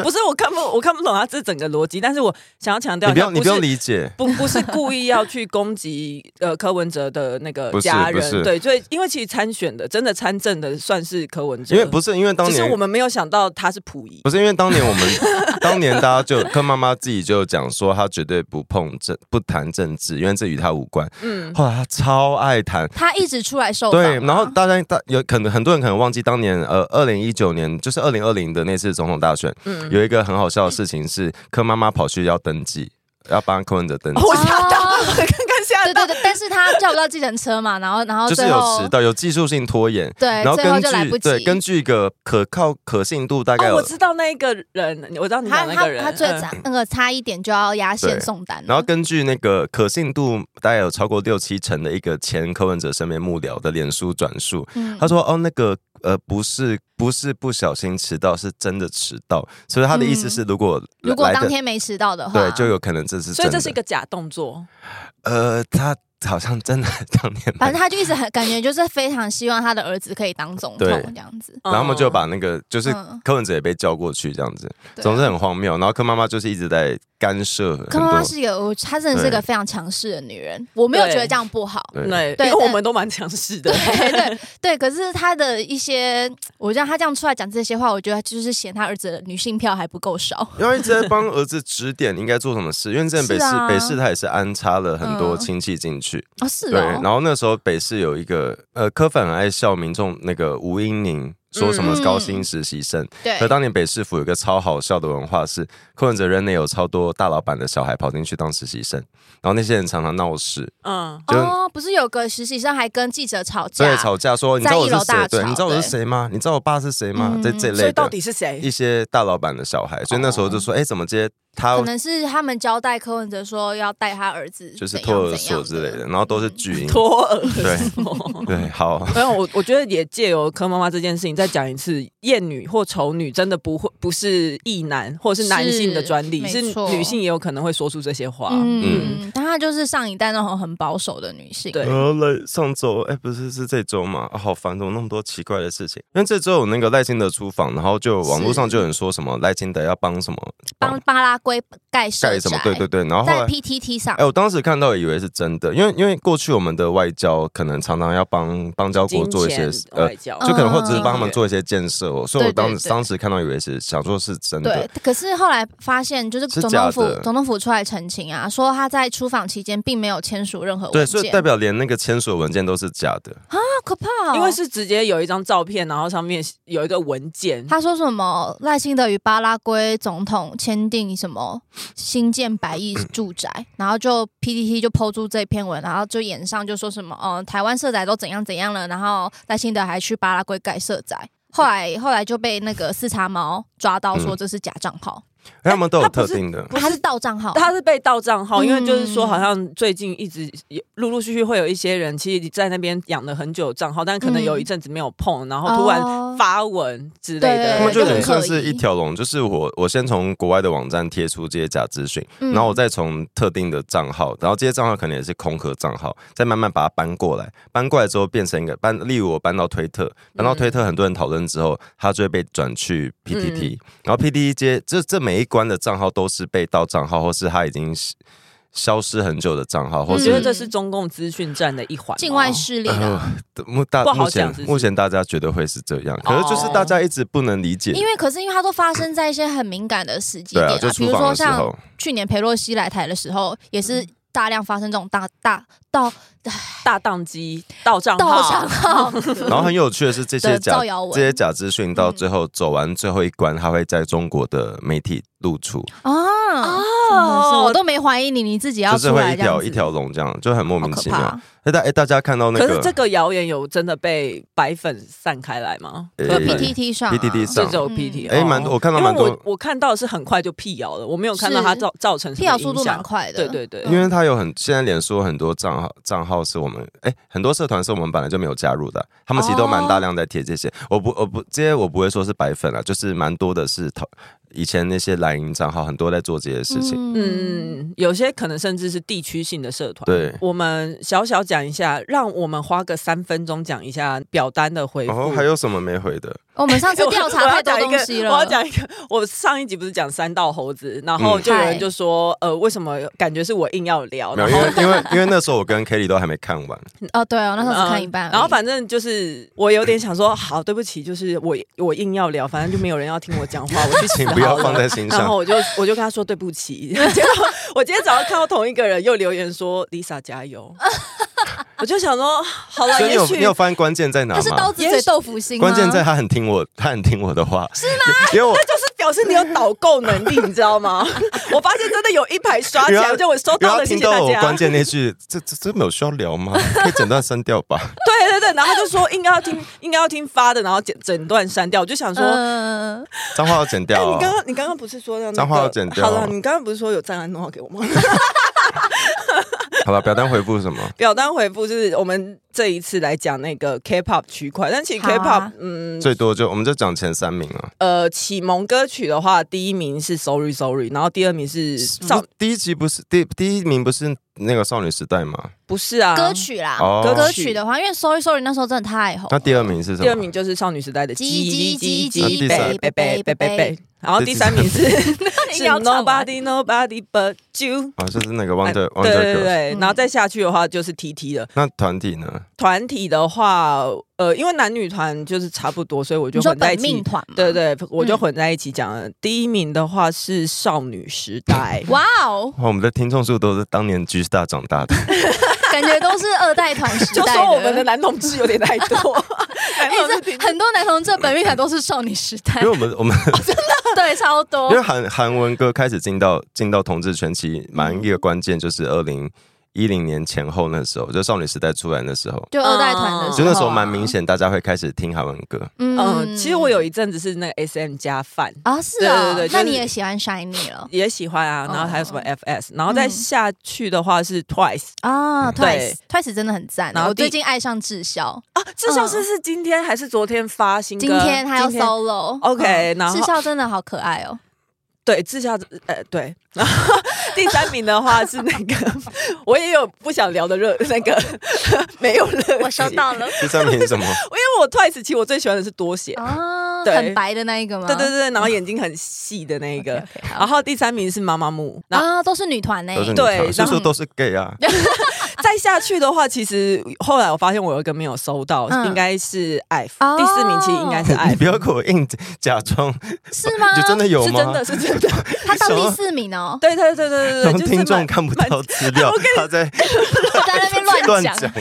Speaker 1: 不是我看不我看不懂他这整个逻辑，但是我想要强调
Speaker 2: 你
Speaker 3: 啊
Speaker 1: 一
Speaker 2: 不
Speaker 1: 下，
Speaker 2: 用，你不用
Speaker 1: 是
Speaker 2: 理解。
Speaker 1: 不不是故意要去攻击呃柯文哲的那个
Speaker 2: 不是
Speaker 1: 家
Speaker 2: 不是
Speaker 1: 人，对，所以因为其实参选的真的参政的算是柯文哲，
Speaker 2: 因为不是因为当
Speaker 1: 只是
Speaker 2: 年
Speaker 1: 我们没有想到他是溥仪
Speaker 2: 不，是因为当年我们 (laughs) 当年大家就柯妈妈自己就讲说，她绝对不碰政不谈政治，因为这与她无关。
Speaker 1: 嗯，
Speaker 2: 后来她超爱谈。
Speaker 3: 他一直出来受访啊。
Speaker 2: 对，然后大家大有可能很多人可能忘记当年呃，二零一九年就是二零二零的那次总统大选，
Speaker 1: 嗯
Speaker 2: 有一个很好笑的事情是柯妈妈跑去要登记，要帮柯文哲登记，
Speaker 1: 我吓到，
Speaker 3: 哦
Speaker 1: 我刚刚吓
Speaker 3: 对
Speaker 1: 到
Speaker 3: 对，对，但是他叫不到计程车嘛，然后然后
Speaker 2: 就是
Speaker 3: 最
Speaker 2: 有
Speaker 3: 后
Speaker 2: 迟到，有技术性拖延，
Speaker 3: 对
Speaker 2: 然后，
Speaker 3: 最后
Speaker 2: 根
Speaker 3: 就来不
Speaker 2: 据
Speaker 3: 及
Speaker 2: 对。根据一个可靠可信度大
Speaker 1: 哦，
Speaker 2: 概有
Speaker 1: 我知道那一个人，我知道你
Speaker 3: 他
Speaker 1: 讲那
Speaker 3: 他
Speaker 1: 个人，
Speaker 3: 他最
Speaker 1: 嗯
Speaker 3: 差那个差一点就要压线
Speaker 2: 对
Speaker 3: 送单了，
Speaker 2: 然后根据那个可信度大概有超过六七成的一个前柯文哲身边幕僚的脸书转述，
Speaker 3: 嗯
Speaker 2: 他说：“哦，那个呃，不是不是不小心迟到，是真的迟到。”所以他的意思是，如果、
Speaker 3: 嗯如果
Speaker 2: 来的
Speaker 3: 当天没迟到的话，
Speaker 2: 对，就有可能这是
Speaker 1: 所以
Speaker 2: 真的。
Speaker 1: 这是一个假动作，
Speaker 2: 呃，他好像真的 (laughs) 当天来，
Speaker 3: 反正他就一直很感觉就是非常希望他的儿子可以当总统
Speaker 2: 对
Speaker 3: 这样子。
Speaker 2: 然后他们就
Speaker 1: 嗯
Speaker 2: 把那个就是
Speaker 3: 哦嗯
Speaker 2: 柯文哲也被叫过去这样子，
Speaker 3: 对啊
Speaker 2: 总之很荒谬。然后柯妈妈就是一直在干涉很
Speaker 3: 柯妈妈
Speaker 2: 多。
Speaker 3: 是一个，我她真的是个非常强势的女人，我没有
Speaker 1: 对
Speaker 3: 觉得这样不好。
Speaker 2: 对
Speaker 1: 对，
Speaker 3: 对
Speaker 1: 因为
Speaker 3: 但
Speaker 1: 我们都蛮强势的
Speaker 3: 对，对对，可是她的一些，我让她这样出来讲这些话，我觉得就是嫌她儿子的女性票还不够少。
Speaker 2: (laughs) 因为一直在帮儿子指点应该做什么事，因为之前北市、
Speaker 3: 是啊
Speaker 2: 北市他也是安插了很多
Speaker 3: 嗯
Speaker 2: 亲戚进去，
Speaker 3: 哦，是
Speaker 2: 对，
Speaker 3: 哦
Speaker 2: 然，后那时候北市有一个呃柯粉很爱笑民众那个吴英宁说什么
Speaker 3: 嗯
Speaker 2: 高薪实习生，
Speaker 3: 对
Speaker 2: 可，当年北市府有一个超好笑的文化是，柯文哲任内有超多大老板的小孩跑进去当实习生，然后那些人常常闹事，
Speaker 1: 嗯，
Speaker 2: 就
Speaker 3: 哦，不是有个实习生还跟记者吵
Speaker 2: 所以
Speaker 3: 架，
Speaker 2: 吵架说你知道我是
Speaker 3: 在一楼大
Speaker 2: 谁？对，
Speaker 3: 吵
Speaker 2: 你知道我是谁吗？你知道我爸是谁吗？
Speaker 3: 嗯
Speaker 2: 这这
Speaker 1: 所
Speaker 2: 类
Speaker 1: 以到
Speaker 2: 的
Speaker 1: 底是谁？
Speaker 2: 一些大老板的小孩，所以那时候就
Speaker 3: 哦
Speaker 2: 说，哎，怎么接他
Speaker 3: 可能是他们交代柯文哲说要带他儿子，
Speaker 2: 就是
Speaker 3: 怎样
Speaker 2: 托儿
Speaker 3: 怎样嗯
Speaker 2: 所之类的，然后都是巨婴，
Speaker 1: 托儿
Speaker 2: 对
Speaker 1: 所。
Speaker 2: (laughs) 对，好，
Speaker 1: 没有，我我觉得也借由柯妈妈这件事情再讲一次，厌女或丑女真的不会不是异男或是男性的专利，
Speaker 3: 是
Speaker 1: 是
Speaker 3: 没错
Speaker 1: 女性也有可能会说出这些话。
Speaker 3: 嗯，但她就是上一代那种很保守的女性，
Speaker 1: 对
Speaker 2: 然后来上周，哎、不是是这周嘛、啊好烦，怎么那么多奇怪的事情？因为这周有那个赖清德出访，然后就网络上就有人说什么赖清德要帮什么
Speaker 3: 帮巴拉圭盖社
Speaker 2: 盖什么，
Speaker 3: 宅
Speaker 2: 对对对，然后后
Speaker 3: 在
Speaker 2: 来。
Speaker 3: PTT 上
Speaker 2: 哎、，我当时看到也以为是真的，因为因为过去我们的外交可能常常要帮邦交国
Speaker 1: 金
Speaker 2: 做一些
Speaker 1: 钱
Speaker 2: 呃
Speaker 1: 外，交，
Speaker 3: 嗯
Speaker 2: 就可能或者是帮他们
Speaker 1: 嗯
Speaker 2: 做一些建设、哦，所以
Speaker 3: 对
Speaker 2: 我当
Speaker 3: 对
Speaker 2: 时
Speaker 3: 对
Speaker 2: 当时看到以为是想说是真的
Speaker 3: 对，，可是后来发现，就是
Speaker 2: 是
Speaker 3: 总
Speaker 2: 假
Speaker 3: 统府
Speaker 2: 的
Speaker 3: 总统府出来澄清啊，说他在出访期间并没有签署任何
Speaker 2: 对，
Speaker 3: 文
Speaker 2: 所以
Speaker 3: 件，
Speaker 2: 代表连那个签署的文件都是假的，
Speaker 3: 好可怕哦！
Speaker 1: 因为是直接有一张照片，然后上面有一个文件，
Speaker 3: 他说什么赖清德与巴拉圭总统签订什么新建百亿住宅，然后就 PTT 就抛出这篇文，然后就演上就说什么，嗯、台湾社宅都怎样怎样了，然后赖清德还去巴拉圭盖社宅。后来，后来就被那个四叉猫抓到，
Speaker 2: 嗯
Speaker 3: 说这是假账号，
Speaker 2: 他们都有
Speaker 1: 他不
Speaker 2: 特
Speaker 1: 是
Speaker 2: 定的，
Speaker 3: 他是盗账号。
Speaker 1: 他是被盗账号，
Speaker 3: 嗯
Speaker 1: 因为就是说，好像最近一直有陆陆续续会有一些人，其实在那边养了很久的账号，但可能
Speaker 3: 嗯
Speaker 1: 有一阵子没有碰，然后突然
Speaker 3: 哦
Speaker 1: 发文之类
Speaker 3: 对
Speaker 1: 的，
Speaker 2: 他们就
Speaker 3: 就
Speaker 2: 等于
Speaker 3: 很
Speaker 2: 算
Speaker 3: 可
Speaker 2: 是
Speaker 3: 疑
Speaker 2: 一条龙，就是我我先从国外的网站贴出这些假资讯，
Speaker 3: 嗯
Speaker 2: 然后我再从特定的账号，然后这些账号可能也是空壳账号，再慢慢把它搬过来，搬过来之后变成一个搬，例如我搬到推特，搬
Speaker 3: 嗯
Speaker 2: 到推特很多人讨论之后，它就会被转去 PTT，、然
Speaker 3: 嗯
Speaker 2: 后 PTT 接这这每一关的账号都是被盗账号，或是它已经消消失很久的账号，或
Speaker 1: 我
Speaker 3: 嗯
Speaker 1: 觉
Speaker 2: 是
Speaker 1: 得这是中共资讯站的一环哦，
Speaker 3: 境外势力啊，
Speaker 2: 呃目大
Speaker 1: 不好
Speaker 2: 目前
Speaker 1: 讲是不是
Speaker 2: 目前大家觉得会是这样，可是就是
Speaker 1: 哦
Speaker 2: 大家一直不能理解，
Speaker 3: 因为可是因为它都发生在一些很敏感的时机
Speaker 2: 对
Speaker 3: 点
Speaker 2: 啊，就
Speaker 3: 比
Speaker 2: 出
Speaker 3: 如
Speaker 2: 访
Speaker 3: 说
Speaker 2: 的时
Speaker 3: 像
Speaker 2: 候。
Speaker 3: 去年佩洛西来台的时候，也是大量发生这种大大盗
Speaker 1: 大宕机、盗账
Speaker 3: 盗
Speaker 1: 号
Speaker 3: 账，号，啊 (laughs)
Speaker 2: 然后很有趣的是，这些
Speaker 3: 的
Speaker 2: 假
Speaker 3: 造谣文
Speaker 2: 这些假资讯到最后走完最后一关，它会在中国的媒体露出，
Speaker 3: 啊
Speaker 1: 哦
Speaker 3: 我都没怀疑你，你自己要
Speaker 2: 就是
Speaker 3: 出
Speaker 2: 会
Speaker 3: 来
Speaker 2: 一
Speaker 3: 这样
Speaker 2: 条
Speaker 3: 子，
Speaker 2: 一条龙这样，就很莫
Speaker 3: 好
Speaker 2: 名
Speaker 3: 可
Speaker 2: 其妙
Speaker 3: 怕。。
Speaker 2: 哎大哎大家看到那
Speaker 1: 可是这
Speaker 2: 个
Speaker 1: 个谣言有真的被白粉散开来吗？
Speaker 2: 呃
Speaker 1: 可能
Speaker 3: PTT 上啊
Speaker 2: PTT
Speaker 1: 这
Speaker 2: 上
Speaker 1: 只有 PT，
Speaker 3: 嗯
Speaker 2: 哎
Speaker 1: 哦
Speaker 2: 蛮多我看到
Speaker 1: 因为
Speaker 2: 蛮多
Speaker 1: 我我看到是很快就辟谣了，我没有看到它
Speaker 3: 是
Speaker 1: 造造成什
Speaker 3: 辟
Speaker 1: 么
Speaker 3: 谣速度
Speaker 1: 影响
Speaker 3: 蛮快的，嗯
Speaker 1: 对对对，
Speaker 2: 因为他有很现在脸书很多账号账号是我们哎、很多社团是我们本来就没有加入的，他们其实都蛮大量在贴这些。
Speaker 3: 哦
Speaker 2: 我不我不这些我不会说是白粉啊，就是蛮多的是同以前那些蓝营账号很多在做这些事情。
Speaker 3: 嗯，
Speaker 1: 嗯，有些可能甚至是地区性的社团。
Speaker 2: 对
Speaker 1: 我们小小讲一下，让我们花个三分钟讲一下表单的
Speaker 3: 哦
Speaker 1: 回复。哎
Speaker 2: 然后、哦还有什么没回的？
Speaker 3: 我
Speaker 1: (laughs)
Speaker 3: 们上次调查太多东西了，
Speaker 1: 我要讲一个，我上一集不是讲三道猴子，然后就有人就说，呃，为什么感觉是我硬要聊？
Speaker 2: 嗯没有，
Speaker 1: 然
Speaker 2: 因
Speaker 1: 后
Speaker 2: 为因为因为那时候我跟 Kelly 都还没看完，
Speaker 3: 哦，对哦，那时候只看一半而已，
Speaker 1: 嗯然后反正就是我有点想说，好，对不起，就是我我硬要聊，反正就没有人要听我讲话，我去死
Speaker 2: 请
Speaker 1: 好了。
Speaker 2: 不要放在心
Speaker 1: 然
Speaker 2: 上
Speaker 1: 后。我就我就跟他说对不起，
Speaker 3: (laughs)
Speaker 1: 结果我今天早上看到同一个人又留言说 Lisa 加
Speaker 3: (laughs)
Speaker 1: 油，我就想说好了，
Speaker 2: 所
Speaker 1: 呃
Speaker 2: 以你
Speaker 1: 也
Speaker 2: 有
Speaker 1: 许
Speaker 2: 你有发现关键在哪
Speaker 3: 那是刀
Speaker 2: 吗？
Speaker 3: 子嘴豆腐心吗，
Speaker 2: 关键在他很听我，他很听我
Speaker 1: (laughs)
Speaker 2: 的话，是吗？ (laughs) 因为我
Speaker 1: 就是表示你有导购能力，你知道
Speaker 3: (laughs)
Speaker 1: 吗？我发现真的有一排刷起
Speaker 2: 因为
Speaker 1: 来，
Speaker 2: 他
Speaker 1: 就我收
Speaker 2: 因为
Speaker 1: 到
Speaker 2: 他
Speaker 1: 了，谢
Speaker 2: 听
Speaker 1: 谢
Speaker 2: 到
Speaker 1: 大
Speaker 2: 我关
Speaker 1: 家。
Speaker 2: 键那句，这这这没有需要
Speaker 1: (laughs)
Speaker 2: 聊吗？可以整段删掉吧？
Speaker 1: 对对对，然后他就说应该要听，应该要听发的，然后整整段删掉。我就想说，
Speaker 3: 嗯，
Speaker 2: 脏话要
Speaker 1: (laughs)
Speaker 2: 剪
Speaker 1: 哎、
Speaker 2: 掉哦、
Speaker 1: 你刚刚你刚刚不是说要、那个、
Speaker 2: 脏话要剪掉
Speaker 1: 好了，你刚刚不是说有赞安弄好给我吗？ (laughs)
Speaker 2: 好了，表单回复什么？
Speaker 1: 表单回复就是我们这一次来讲那个 K-pop 区块，但其实
Speaker 3: 好
Speaker 1: K-pop、
Speaker 3: 啊
Speaker 1: (laughs) 嗯
Speaker 2: 最多就我们就讲前三名啊。
Speaker 1: 呃启蒙歌曲的话，第一名是 Sorry Sorry，然后第二名是少
Speaker 2: 不是第一集不是第第一名不是那个少女时代吗？
Speaker 1: 不是啊
Speaker 3: 歌，曲啦，
Speaker 2: 哦
Speaker 1: 歌
Speaker 3: 歌曲的话，因为 Sorry Sorry 那时候真的太红了，
Speaker 2: 那第二名是
Speaker 1: 哦
Speaker 2: 什
Speaker 1: 第二
Speaker 2: 么？
Speaker 1: 名就是少女时代的
Speaker 3: 叽
Speaker 1: 叽叽
Speaker 3: 叽
Speaker 2: 叽
Speaker 1: 叽贝贝
Speaker 2: 叽
Speaker 3: 贝
Speaker 1: 贝
Speaker 3: 贝
Speaker 1: 贝
Speaker 3: 贝
Speaker 1: 贝，然后第三名是 (laughs) 是 Nobody Nobody But You。
Speaker 2: 啊，就是那个 Wonder
Speaker 1: 哎对对
Speaker 2: Wonder
Speaker 1: 对
Speaker 2: Girls。
Speaker 1: 对，然后再下去的话就是 T T 了。
Speaker 2: 那团体呢？
Speaker 1: 团体的话，呃，因为男女团就是差不多，所以我就
Speaker 3: 你说
Speaker 1: 混在
Speaker 3: 本
Speaker 1: 一起
Speaker 3: 命。团吗，
Speaker 1: 对对，我就
Speaker 3: 嗯
Speaker 1: 混在一起讲了。第一名的话是少女时代，
Speaker 3: (laughs) 哇哦，
Speaker 2: 哇，我们的听众数都是当年 G Star 长
Speaker 1: (laughs)
Speaker 2: 大的，
Speaker 3: 感觉都是二代团时
Speaker 1: 就 (laughs)
Speaker 3: 代，
Speaker 1: 哎说我们的。男同志有点太
Speaker 3: (laughs)
Speaker 1: 多，男
Speaker 3: 哎，
Speaker 1: 同志
Speaker 3: 这很多男同志的本命团都是少女时代
Speaker 2: 因为，我们我们
Speaker 3: 对，超多
Speaker 2: 因为。韩韩文歌开始进到进到同志圈，其实蛮一个关键就是二零一零年前后那时候，就少女时代出来那时候，
Speaker 3: 就二代团的时候啊，
Speaker 2: 就那时候蛮明显，大家会开始听韩文歌。
Speaker 3: 嗯。
Speaker 1: 嗯，其实我有一阵子是那个 S M 加饭，
Speaker 3: 啊，是
Speaker 1: 对
Speaker 3: 啊
Speaker 1: 对对，就是
Speaker 3: 那你也喜欢 Shiny 了
Speaker 1: 也喜欢啊，
Speaker 3: 哦嗯
Speaker 1: 然后还有什么 FS，然后再下去的话是 Twice
Speaker 3: 啊
Speaker 1: 对
Speaker 3: ？Twice Twice 真的很赞
Speaker 1: 然，后
Speaker 3: 我
Speaker 1: 第
Speaker 3: 最近爱上智孝，
Speaker 1: 啊，这像是是今天还是昨天发新歌？
Speaker 3: 今天还有
Speaker 1: 今
Speaker 3: solo。
Speaker 1: OK，
Speaker 3: 嗯
Speaker 1: 然后
Speaker 3: 智孝真的好可爱
Speaker 1: (laughs)
Speaker 3: 哦，
Speaker 1: 对，志孝呃对， (laughs) 然后第三名的话是那个， (laughs) 我也有不想聊的热那个没有热，
Speaker 3: 我收到了
Speaker 2: 第三名是什么？
Speaker 1: 因为我 Twice 其实我最喜欢的是多写，
Speaker 3: (laughs) 啊，
Speaker 1: 对
Speaker 3: 很白的那一个吗？哦
Speaker 1: 对对对，然后眼睛很细的那一个，
Speaker 3: OK，OK，好
Speaker 1: 然后第三名是妈妈木，然后
Speaker 3: 啊，都是女团呢
Speaker 2: 都，是女
Speaker 1: 对
Speaker 2: 团，所以说
Speaker 3: 然后
Speaker 2: 都是 gay 啊。
Speaker 1: 再下去的话，其实后来我发现我有一个没有收到，
Speaker 3: 嗯
Speaker 1: 应该是 F，、
Speaker 3: 哦
Speaker 1: 第四名其实应该是
Speaker 2: 你
Speaker 1: F，
Speaker 2: (laughs) 不要给我硬假装，
Speaker 3: 是吗？
Speaker 2: (laughs) 就真的有
Speaker 1: 是
Speaker 2: 吗
Speaker 1: 真？的是真
Speaker 2: (laughs)
Speaker 1: 的，，
Speaker 3: 他到
Speaker 2: 什
Speaker 3: 第
Speaker 2: 么
Speaker 3: 四名哦
Speaker 2: (laughs)
Speaker 1: 对对对对对对，
Speaker 2: 让
Speaker 1: 就是
Speaker 2: 听众
Speaker 1: 蛮
Speaker 2: 看不到资料，他在
Speaker 3: 我在那
Speaker 2: (laughs)
Speaker 3: 边
Speaker 2: 乱
Speaker 3: 乱
Speaker 2: 讲
Speaker 3: 讲，，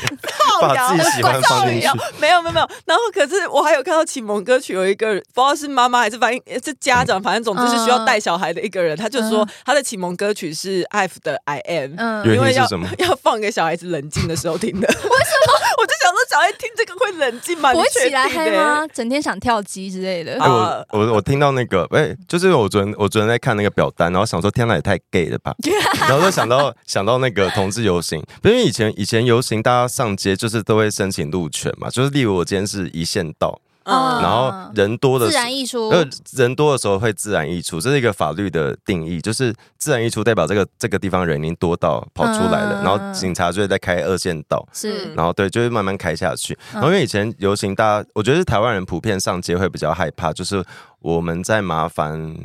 Speaker 2: 把自己喜欢放进去
Speaker 1: 造。谣 (laughs) 没有没有没有，然后可是我还有看到启蒙歌曲有一个人，不知道是妈妈还是反正 (laughs) 是家
Speaker 3: 嗯
Speaker 1: 长，反正总之是需要带小孩的一个人，他就说他的启蒙歌曲是 F 的 I Am，
Speaker 3: 嗯
Speaker 2: 原
Speaker 1: 因为
Speaker 2: 因
Speaker 1: 要
Speaker 2: 是什么？
Speaker 1: 要 (laughs) 放给小孩子冷静的时候听的。为什么？ (laughs) 我就想说小孩听这个会冷静吗？
Speaker 3: 不会
Speaker 1: 你确
Speaker 3: 起来
Speaker 1: 定
Speaker 3: 嗨
Speaker 1: 欸？
Speaker 3: 吗？整天想跳机之类的
Speaker 2: 哎，
Speaker 1: 啊。
Speaker 2: 我我我听到那个，哎，就是我昨天我昨天在看那个表单，然后想说，天哪，也太 gay 了
Speaker 3: (laughs)
Speaker 2: 吧！然后就想到想到那个同志游行，因为以前以前游行大家上街就是都会申请路权嘛，就是例如我今天是一线道，
Speaker 1: 嗯
Speaker 3: 啊
Speaker 2: 然后人多的
Speaker 3: 自
Speaker 2: 时
Speaker 3: 然艺术，
Speaker 2: 呃，人多的时候会自然溢出，这是一个法律的定义，就是自然溢出代表这个这个地方人已经多到跑出来了，
Speaker 3: 嗯
Speaker 2: 然后警察就会在开二线道，
Speaker 1: 嗯
Speaker 3: 是
Speaker 2: 然后对，就会慢慢开下去。然后因为以前游行，大家我觉得是台湾人普遍上街会比较害怕，就是我们在麻烦，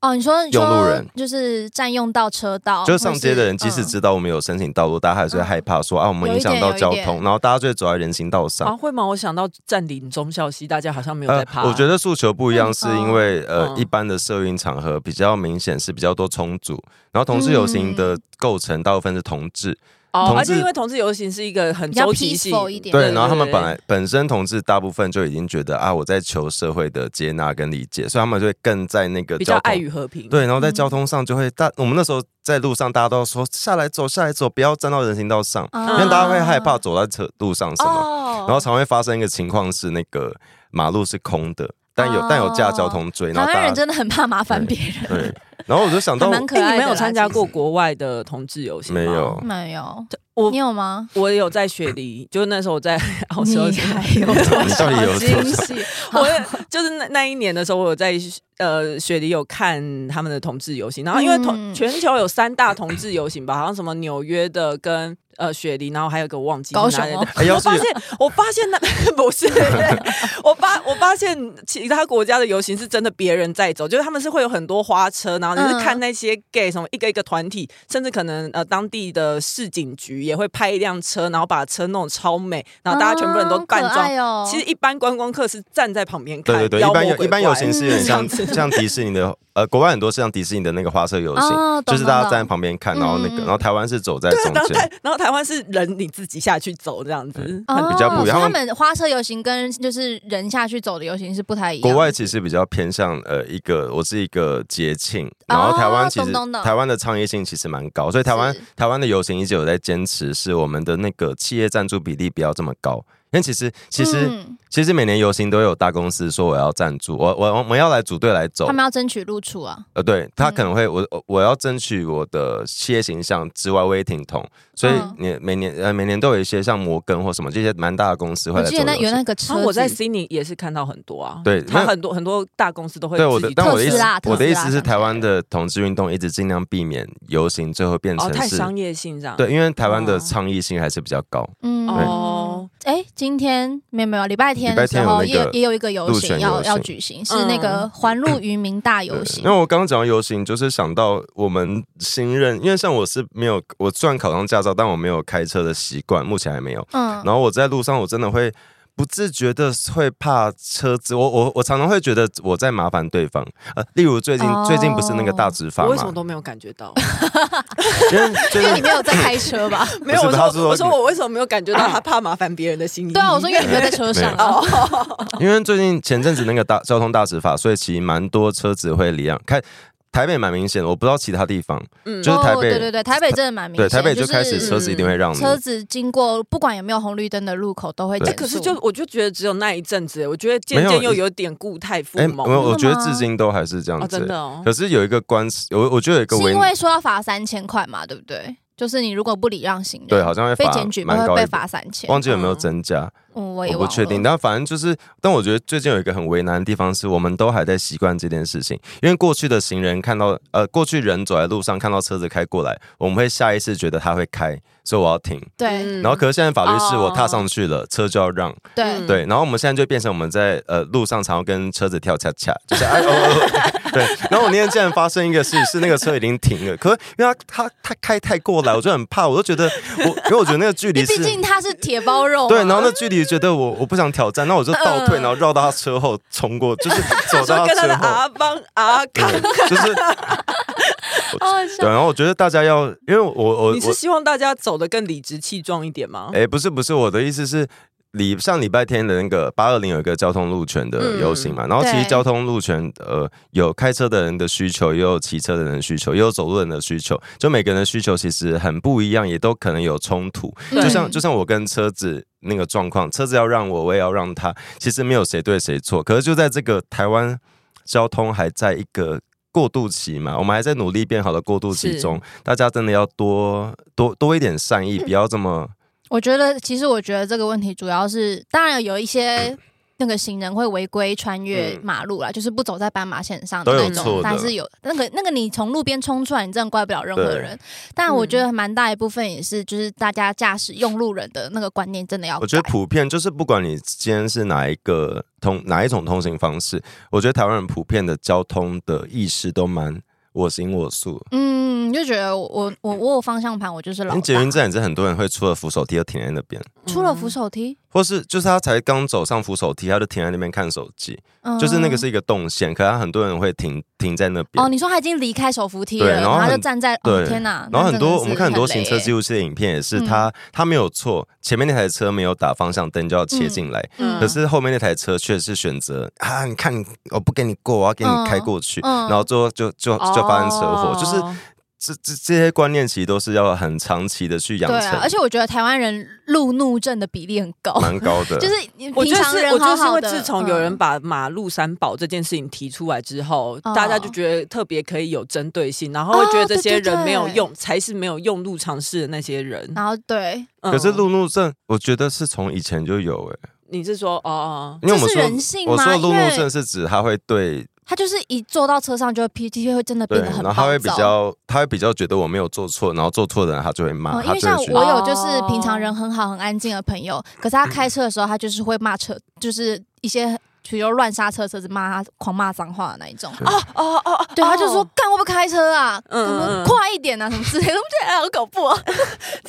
Speaker 3: 哦，你说你说
Speaker 2: 用路人
Speaker 3: 就是占用到车道，
Speaker 2: 就是上街的人，
Speaker 3: 或
Speaker 2: 即
Speaker 3: 哦是嗯
Speaker 2: 使知道我们有申请道路，大家还是会害怕说啊，我们影响到交
Speaker 3: 有一点哦有一
Speaker 2: 通，
Speaker 3: 点
Speaker 2: 然后大家就会走在人行道上呃
Speaker 1: 啊，。会吗？我想到占领中校西，大家好像没有在怕。
Speaker 2: 啊我觉得诉求不一样，是因为、
Speaker 1: 嗯
Speaker 2: 呃，一般的社运场合
Speaker 3: 嗯
Speaker 2: 比较明显是比较多冲突，然后同志游行的构成大部分是同志，
Speaker 1: 哦，
Speaker 2: 同
Speaker 1: 而且
Speaker 2: 志
Speaker 1: 因为同志游行是一个很
Speaker 3: 比较
Speaker 1: 周期性，
Speaker 3: peaceful 一点。
Speaker 2: 对，
Speaker 1: 对
Speaker 2: 然后他们
Speaker 1: 对
Speaker 2: 本来本身同志大部分就已经觉得啊，我在求社会的接纳跟理解，所以他们就会更在那个
Speaker 1: 比较
Speaker 2: 交通
Speaker 1: 爱与和平。
Speaker 2: 对，然后在
Speaker 3: 嗯
Speaker 2: 交通上就会大，我们那时候在路上大家都说下来走，下来走，不要站到人行道上，
Speaker 3: 啊
Speaker 2: 因为大家会害怕走在车路上什么。
Speaker 3: 哦
Speaker 2: 然后常会发生一个情况是那个马路是空的，但有、但有架交通锥，然
Speaker 3: 哦
Speaker 2: 后
Speaker 3: 台湾
Speaker 2: 大家
Speaker 3: 人真的很怕麻烦别人，
Speaker 2: 对，然后我就想
Speaker 3: 还
Speaker 2: 到
Speaker 3: 蛮可
Speaker 1: 哎、
Speaker 3: 嗯爱的啦。啊
Speaker 1: 你们有参加
Speaker 3: 其实
Speaker 1: 过国外的同志游行吗？
Speaker 2: 没，有。
Speaker 3: 没有？
Speaker 1: 我
Speaker 3: 你有吗？
Speaker 1: 我有在雪梨，就是那时候我在澳洲的
Speaker 3: 你
Speaker 1: 时候，
Speaker 3: 还有
Speaker 2: (laughs)
Speaker 3: 多
Speaker 2: 你到底有多
Speaker 3: 少惊
Speaker 2: 少
Speaker 3: 喜？
Speaker 1: 我也就是那那一年的时候，我有在呃雪梨有看他们的同志游行，然后因为同、
Speaker 3: 嗯
Speaker 1: 全球有三大同志游行吧，好像什么纽约的跟呃雪梨，然后还有个我忘记
Speaker 3: 高
Speaker 1: 是哪
Speaker 3: 雄
Speaker 1: 里
Speaker 3: 哦
Speaker 1: 的。
Speaker 2: 哎要
Speaker 1: 我
Speaker 2: 是
Speaker 1: 发现，我发现那 (laughs) 不是，我发我发现其他国家的游行是真的别人在走，就是他们是会有很多花车，然后你
Speaker 3: 嗯
Speaker 1: 是看那些 gay 什么一个一个团体，甚至可能呃当地的市警局也会派一辆车，然后把车弄得超美， (laughs) 然后大家全部人都
Speaker 3: 嗯
Speaker 1: 扮
Speaker 3: 可
Speaker 1: 装
Speaker 3: 爱哦
Speaker 1: 其实一般观光客是站在旁边看，
Speaker 2: 对对对，
Speaker 1: 妖
Speaker 2: 一般
Speaker 1: 魔
Speaker 2: 有
Speaker 1: 鬼
Speaker 2: 一般
Speaker 1: 怪
Speaker 2: 游
Speaker 1: (laughs)
Speaker 2: 行 (laughs) 是有点像
Speaker 1: 嗯这样子
Speaker 2: 像迪士尼的，呃，国外很多是像迪士尼的那个花车游行，
Speaker 3: 哦懂
Speaker 2: 就是大家
Speaker 3: 懂
Speaker 2: 站在旁边看，然后那
Speaker 3: 嗯
Speaker 2: 个，
Speaker 3: 嗯嗯
Speaker 2: 然后台湾是走在中
Speaker 1: 然后
Speaker 2: 间
Speaker 1: 台，然后台湾是人你自己下去走这样子，
Speaker 3: 哦
Speaker 2: 比较不一样
Speaker 3: 所
Speaker 2: 他
Speaker 3: 以他
Speaker 2: 们
Speaker 3: 们花车游行跟就是人下去走的游行是不太一样。
Speaker 2: 国外其实比较偏向呃一个，我是一个节庆，然后台湾其实
Speaker 3: 哦懂懂懂
Speaker 2: 台湾的倡议性其实蛮高，所以台湾
Speaker 3: 是
Speaker 2: 台湾的游行一直有在坚持，是我们的那个企业赞助比例不要这么高。因为其实其实、
Speaker 3: 嗯
Speaker 2: 其实每年游行都有大公司说我要赞助，我我我们要来组队来走
Speaker 3: 他，们要争取露出啊，
Speaker 2: 呃，对他可能会我我我要争取我的企业形象之外，我也挺同，所以
Speaker 3: 嗯
Speaker 2: 你每年呃每年都有一些像摩根或什么这些蛮大的公司会
Speaker 3: 我
Speaker 2: 来
Speaker 3: 记
Speaker 2: 走
Speaker 3: 得那
Speaker 2: 游
Speaker 3: 有
Speaker 2: 行。
Speaker 3: 那个
Speaker 1: 然
Speaker 3: 车子，
Speaker 1: 啊后我在 Sydney 也是看到很多啊，
Speaker 2: 对
Speaker 1: 他
Speaker 2: 那
Speaker 1: 很多很多大公司都会
Speaker 2: 对我
Speaker 1: 自
Speaker 2: 的
Speaker 1: 己，
Speaker 2: 但我的
Speaker 3: 特
Speaker 2: 意
Speaker 3: 斯
Speaker 2: 思
Speaker 3: 拉，特
Speaker 2: 我的
Speaker 3: 斯
Speaker 2: 意
Speaker 3: 拉
Speaker 2: 思是，
Speaker 3: 什么
Speaker 2: 台
Speaker 3: 之
Speaker 2: 湾
Speaker 3: 类
Speaker 2: 的同志运动一直尽量避免游行最后变
Speaker 1: 哦
Speaker 2: 成
Speaker 1: 太
Speaker 2: 是，
Speaker 1: 商业性这样，
Speaker 2: 对，因为台湾的
Speaker 1: 哦
Speaker 2: 倡议性还是比较高。
Speaker 3: 嗯
Speaker 1: 哦，
Speaker 3: 哎，今天没有没有，礼拜天
Speaker 2: 礼拜
Speaker 3: 的
Speaker 2: 天
Speaker 3: 时
Speaker 2: 有
Speaker 3: 候
Speaker 2: 那
Speaker 3: 也
Speaker 2: 个
Speaker 3: 有也有一个游
Speaker 2: 路
Speaker 3: 行
Speaker 2: 权游
Speaker 3: 要要
Speaker 2: 行嗯
Speaker 3: 举行，是那个环路渔民大游行
Speaker 2: 因为。我刚刚讲到游行，就是想到我们新任，因为像我是没有，我虽然考上驾照，但我没有开车的习惯，目前还没有。
Speaker 3: 嗯，
Speaker 2: 然后我在路上，我真的会不自觉的会怕车子，我我我常常会觉得我在麻烦对方。呃，例如最近、
Speaker 3: 哦
Speaker 2: 最近不是那个大执法
Speaker 1: 我为什
Speaker 2: 嘛
Speaker 1: 么，都没有感觉
Speaker 2: (laughs)
Speaker 1: 到？
Speaker 2: 因为最
Speaker 3: 因为你
Speaker 2: 近
Speaker 3: 没有在开
Speaker 2: (laughs)
Speaker 3: 车吧？
Speaker 1: (laughs) 没有，
Speaker 2: 不
Speaker 1: 我
Speaker 2: 是
Speaker 1: 说
Speaker 2: 他是说
Speaker 1: 我说我为什么没有感觉
Speaker 2: (laughs)
Speaker 1: 到他怕麻烦别人的心意？
Speaker 3: 对啊，我说因为你
Speaker 1: (laughs)
Speaker 3: 没有在车上啊。
Speaker 2: 哦 (laughs) 因为最近前阵子那个大交通大执法，所以其实蛮多车子会离让开。台北蛮明显的，我不知道其他地方，
Speaker 1: 嗯
Speaker 2: 就是台北，
Speaker 3: 哦对对对，台北真的蛮明
Speaker 2: 对
Speaker 3: 显，
Speaker 2: 台北就是开始车子一定会让你。
Speaker 3: 车子经过不管有没有红绿灯的路口都会
Speaker 2: 对
Speaker 3: 减
Speaker 1: 哎
Speaker 3: 速。
Speaker 1: 可是就我就觉得只有那一阵子，我觉得
Speaker 2: 没
Speaker 1: 渐
Speaker 2: 有
Speaker 1: 渐又有点固态复
Speaker 2: 哎，
Speaker 1: 萌
Speaker 2: 我我觉得
Speaker 3: 真的吗
Speaker 2: 至今都还是这样
Speaker 1: 哦，
Speaker 2: 子。
Speaker 1: 真的哦，
Speaker 2: 可是有一个官司，我我觉得有一个
Speaker 3: 是
Speaker 2: 为
Speaker 3: 因为说要罚三千块嘛，对不对？就是你如果不礼让行人，
Speaker 2: 对，好像会
Speaker 3: 被
Speaker 2: 罚
Speaker 3: 检举
Speaker 2: 蛮高
Speaker 3: 会
Speaker 2: 一
Speaker 3: 被
Speaker 2: 点，
Speaker 3: 罚三千。
Speaker 2: 忘记有没有
Speaker 1: 嗯
Speaker 2: 增加，
Speaker 3: 嗯，我也
Speaker 2: 我不
Speaker 3: 忘
Speaker 2: 确定。
Speaker 3: 了。
Speaker 2: 但反正就是，但我觉得最近有一个很为难的地方是，我们都还在习惯这件事情，因为过去的行人看到呃，过去人走在路上看到车子开过来，我们会下意识觉得他会开，所以我要停。
Speaker 3: 对
Speaker 2: 然后，可是现在法律是
Speaker 1: 哦
Speaker 2: 我踏上去了，车就要让。
Speaker 3: 对
Speaker 1: 嗯，
Speaker 2: 对，然后我们现在就变成我们在呃路上常常跟车子跳恰恰，就是哎哦哦哦，对。然后我那天竟然发生一个事，是那个车已经停了，可是因为他他他开太过来，我就很怕，我就觉得我，因为我觉得那个距离
Speaker 3: 毕
Speaker 2: 是。
Speaker 3: 竟他是铁包肉嘛。
Speaker 2: 对，然后那距离觉得我我不想挑战，那我就倒退，
Speaker 3: 嗯
Speaker 2: 然后绕到他车后冲过，就是走
Speaker 1: 说
Speaker 2: 到
Speaker 1: 跟他
Speaker 2: 车
Speaker 1: 的
Speaker 2: 后，
Speaker 1: 阿邦阿康，
Speaker 2: 对就是
Speaker 3: 哦
Speaker 2: 对。然后我觉得大家要，因为我我
Speaker 1: 你是
Speaker 2: 我，
Speaker 1: 希望大家走的更理直气壮一点
Speaker 3: 哦
Speaker 1: 吗？
Speaker 2: 哎，不是不是，我的意思是。礼上礼拜天的那个八二零有一个交通路权的游行嘛，然后其实
Speaker 3: 嗯对
Speaker 2: 交通路权呃有开车的人的需求，也有骑车的人的需求，也有走路人的需求，就每个人的需求其实很不一样，也都可能有冲突。
Speaker 3: 对
Speaker 2: 就像就像我跟车子那个状况，车子要让我，我也要让他，其实没有谁对谁错。可是就在这个台湾交通还在一个过渡期嘛，我们还在努力变好的过渡期
Speaker 1: 是
Speaker 2: 中，大家真的要多多多一点善
Speaker 3: (laughs)
Speaker 2: 意，不要这么
Speaker 3: 我觉得，其实我觉得这个问题主要是，当然有一些。 (clears throat) 那个行人会违规穿越
Speaker 2: 嗯
Speaker 3: 马路啦，就是不走在斑马线上
Speaker 2: 都
Speaker 3: 的
Speaker 2: 有
Speaker 3: 那
Speaker 2: 错的
Speaker 3: 种，但是有那个那个你从路边冲出来，你真的怪不了任何
Speaker 2: 对
Speaker 3: 人。但我觉得蛮大一部分也是，就是大家驾驶用路人的那个观念真的要改。
Speaker 2: 我觉得普遍就是，不管你今天是哪一个通哪一种通行方式，我觉得台湾人普遍的交通的意识都蛮我行我素。
Speaker 3: 嗯，就觉得我我我我有方向盘，我就是老
Speaker 2: 因为捷
Speaker 3: 大
Speaker 2: 运。站也是很多人会出了扶手梯就停在那边，
Speaker 3: 出了扶手梯，
Speaker 2: 或是就是他才刚走上扶手梯，他就停在那边看手机，
Speaker 3: 嗯
Speaker 2: 就是那个是一个动线，可他很多人会停停在那边
Speaker 3: 哦，。你说他已经离开手扶梯
Speaker 2: 对
Speaker 3: 了，
Speaker 2: 然后
Speaker 3: 他就
Speaker 2: 很
Speaker 3: 站在哦
Speaker 2: 对，
Speaker 3: 天哪，
Speaker 2: 然后很多我们看很多行
Speaker 3: 行
Speaker 2: 车记
Speaker 3: 录，
Speaker 2: 录器的影片，也是
Speaker 3: 嗯
Speaker 2: 他他没有错，前面那台车没有打方向灯就要切进来，
Speaker 3: 嗯
Speaker 2: 可是后面那台车却是选择啊，你看我不给你过，我要给你开过去，
Speaker 3: 嗯
Speaker 2: 然后最后就就就发生车祸，
Speaker 3: 哦
Speaker 2: 就是这这这些观念其实都是要很长期的去养
Speaker 3: 对
Speaker 2: 成，
Speaker 3: 啊，而且我觉得台湾人路怒症的比例很高，
Speaker 2: 蛮高的，
Speaker 3: (laughs) 就是你
Speaker 1: 我
Speaker 3: 平
Speaker 1: 觉得
Speaker 3: 常
Speaker 1: 是，
Speaker 3: 人
Speaker 1: 我觉
Speaker 3: 好
Speaker 1: 得是因
Speaker 3: 好
Speaker 1: 为
Speaker 3: 的，
Speaker 1: 自从有人
Speaker 3: 嗯
Speaker 1: 把马路三宝这件事情提出来之后，
Speaker 3: 哦
Speaker 1: 大家就觉得特别可以有针对性，然后会觉得这些
Speaker 3: 哦对对
Speaker 1: 人
Speaker 3: 对
Speaker 1: 没有用，才是没有用路尝试的那些人。
Speaker 3: 然后对，
Speaker 1: 嗯
Speaker 2: 可是路怒症，我觉得是从以前就有诶、
Speaker 1: 你是说哦哦，
Speaker 2: 因为我们
Speaker 3: 这是
Speaker 2: 说
Speaker 3: 人性吗
Speaker 2: 我说路
Speaker 3: 因为
Speaker 2: 怒症是指他会对
Speaker 3: 他就是一坐到车上就会 PTT 会真的
Speaker 2: 对，
Speaker 3: 变得很
Speaker 2: 然后他
Speaker 3: 暴躁。
Speaker 2: 会比较他会比较觉得我没有做错，然后做错的人他就会骂，
Speaker 3: 嗯，因
Speaker 2: 他
Speaker 3: 为
Speaker 2: 就
Speaker 3: 像
Speaker 2: 会去
Speaker 3: 我有
Speaker 1: 哦
Speaker 3: 就是平常人很好很安静的朋友，可是他开车的时候，他就是会骂车，就是一些比如乱刹车车子骂他狂骂脏话的那一种。
Speaker 2: 对
Speaker 1: 哦哦哦，
Speaker 3: 对，他就说干会不会开车啊，
Speaker 1: 嗯
Speaker 3: 我
Speaker 1: 嗯
Speaker 3: 们
Speaker 1: 嗯
Speaker 3: 快一点啊什么之类的， (laughs) 我觉得好恐怖哦。 (laughs)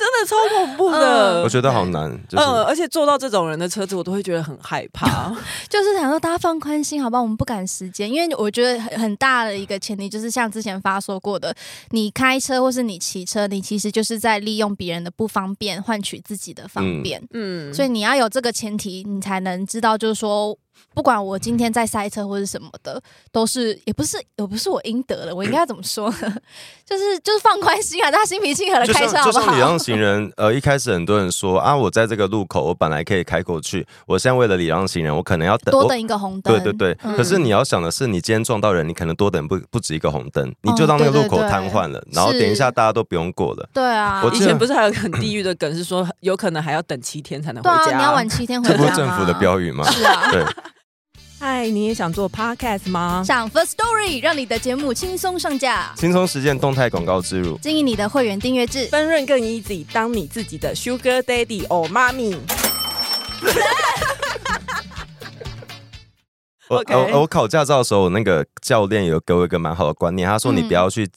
Speaker 1: 真的超恐怖的。
Speaker 3: 嗯
Speaker 2: 我觉得好难，就是、
Speaker 1: 嗯，而且坐到这种人的车子，我都会觉得很害
Speaker 3: (laughs)
Speaker 1: 怕。
Speaker 3: 就是想说大家放宽心，好吧，我们不赶时间，因为我觉得很很大的一个前提就是像之前发说过的，你开车或是你骑车，你其实就是在利用别人的不方便换取自己的方
Speaker 2: 嗯
Speaker 3: 便。
Speaker 1: 嗯，
Speaker 3: 所以你要有这个前提，你才能知道，就是说，不管我今天在塞车或是什么的，都是也不是也不是我应得的，我应该怎么说呢？ (laughs) 就是就是放宽心啊，大家心平气和的
Speaker 2: 就
Speaker 3: 开
Speaker 2: 像
Speaker 3: 车好
Speaker 2: 就
Speaker 3: 不
Speaker 2: 像你
Speaker 3: 好？
Speaker 2: 让行人，呃，一开始很多人说啊，我在这个路口，我本来可以开过去，我现在为了礼让行人，我可能要等
Speaker 3: 多
Speaker 2: 我
Speaker 3: 等一个红灯，
Speaker 2: 对对对，
Speaker 3: 嗯
Speaker 2: 可是你要想的是，你今天撞到人，你可能多等不不止一个红灯，你就让那个路口
Speaker 3: 嗯对对对
Speaker 2: 瘫痪了，然后
Speaker 3: 是
Speaker 2: 等一下大家都不用过了。
Speaker 3: 对啊，
Speaker 2: 我
Speaker 1: 以
Speaker 2: 记得
Speaker 1: 前不是还有个很地狱的梗，是说有可能还要等七天才能回
Speaker 3: 对啊，
Speaker 1: 家。
Speaker 3: 你要晚七天回
Speaker 2: 这
Speaker 3: 家
Speaker 2: 不是
Speaker 3: 吗
Speaker 2: 政府的标语
Speaker 3: (laughs)
Speaker 2: 吗？
Speaker 3: 是啊。
Speaker 2: 对，
Speaker 1: 嗨，你也想做 podcast 吗？
Speaker 3: 上 First Story 让你的节目轻松上架，
Speaker 2: 轻松实践动态广告植入。
Speaker 3: 经营你的会员订阅制。
Speaker 1: 分润更 easy，当你自己的 sugar daddy or mommy。
Speaker 2: 我呃
Speaker 1: OK
Speaker 2: 我我考驾照的时候，我那个教练有给我一个蛮好的观念，他说
Speaker 3: 嗯
Speaker 2: 你不要去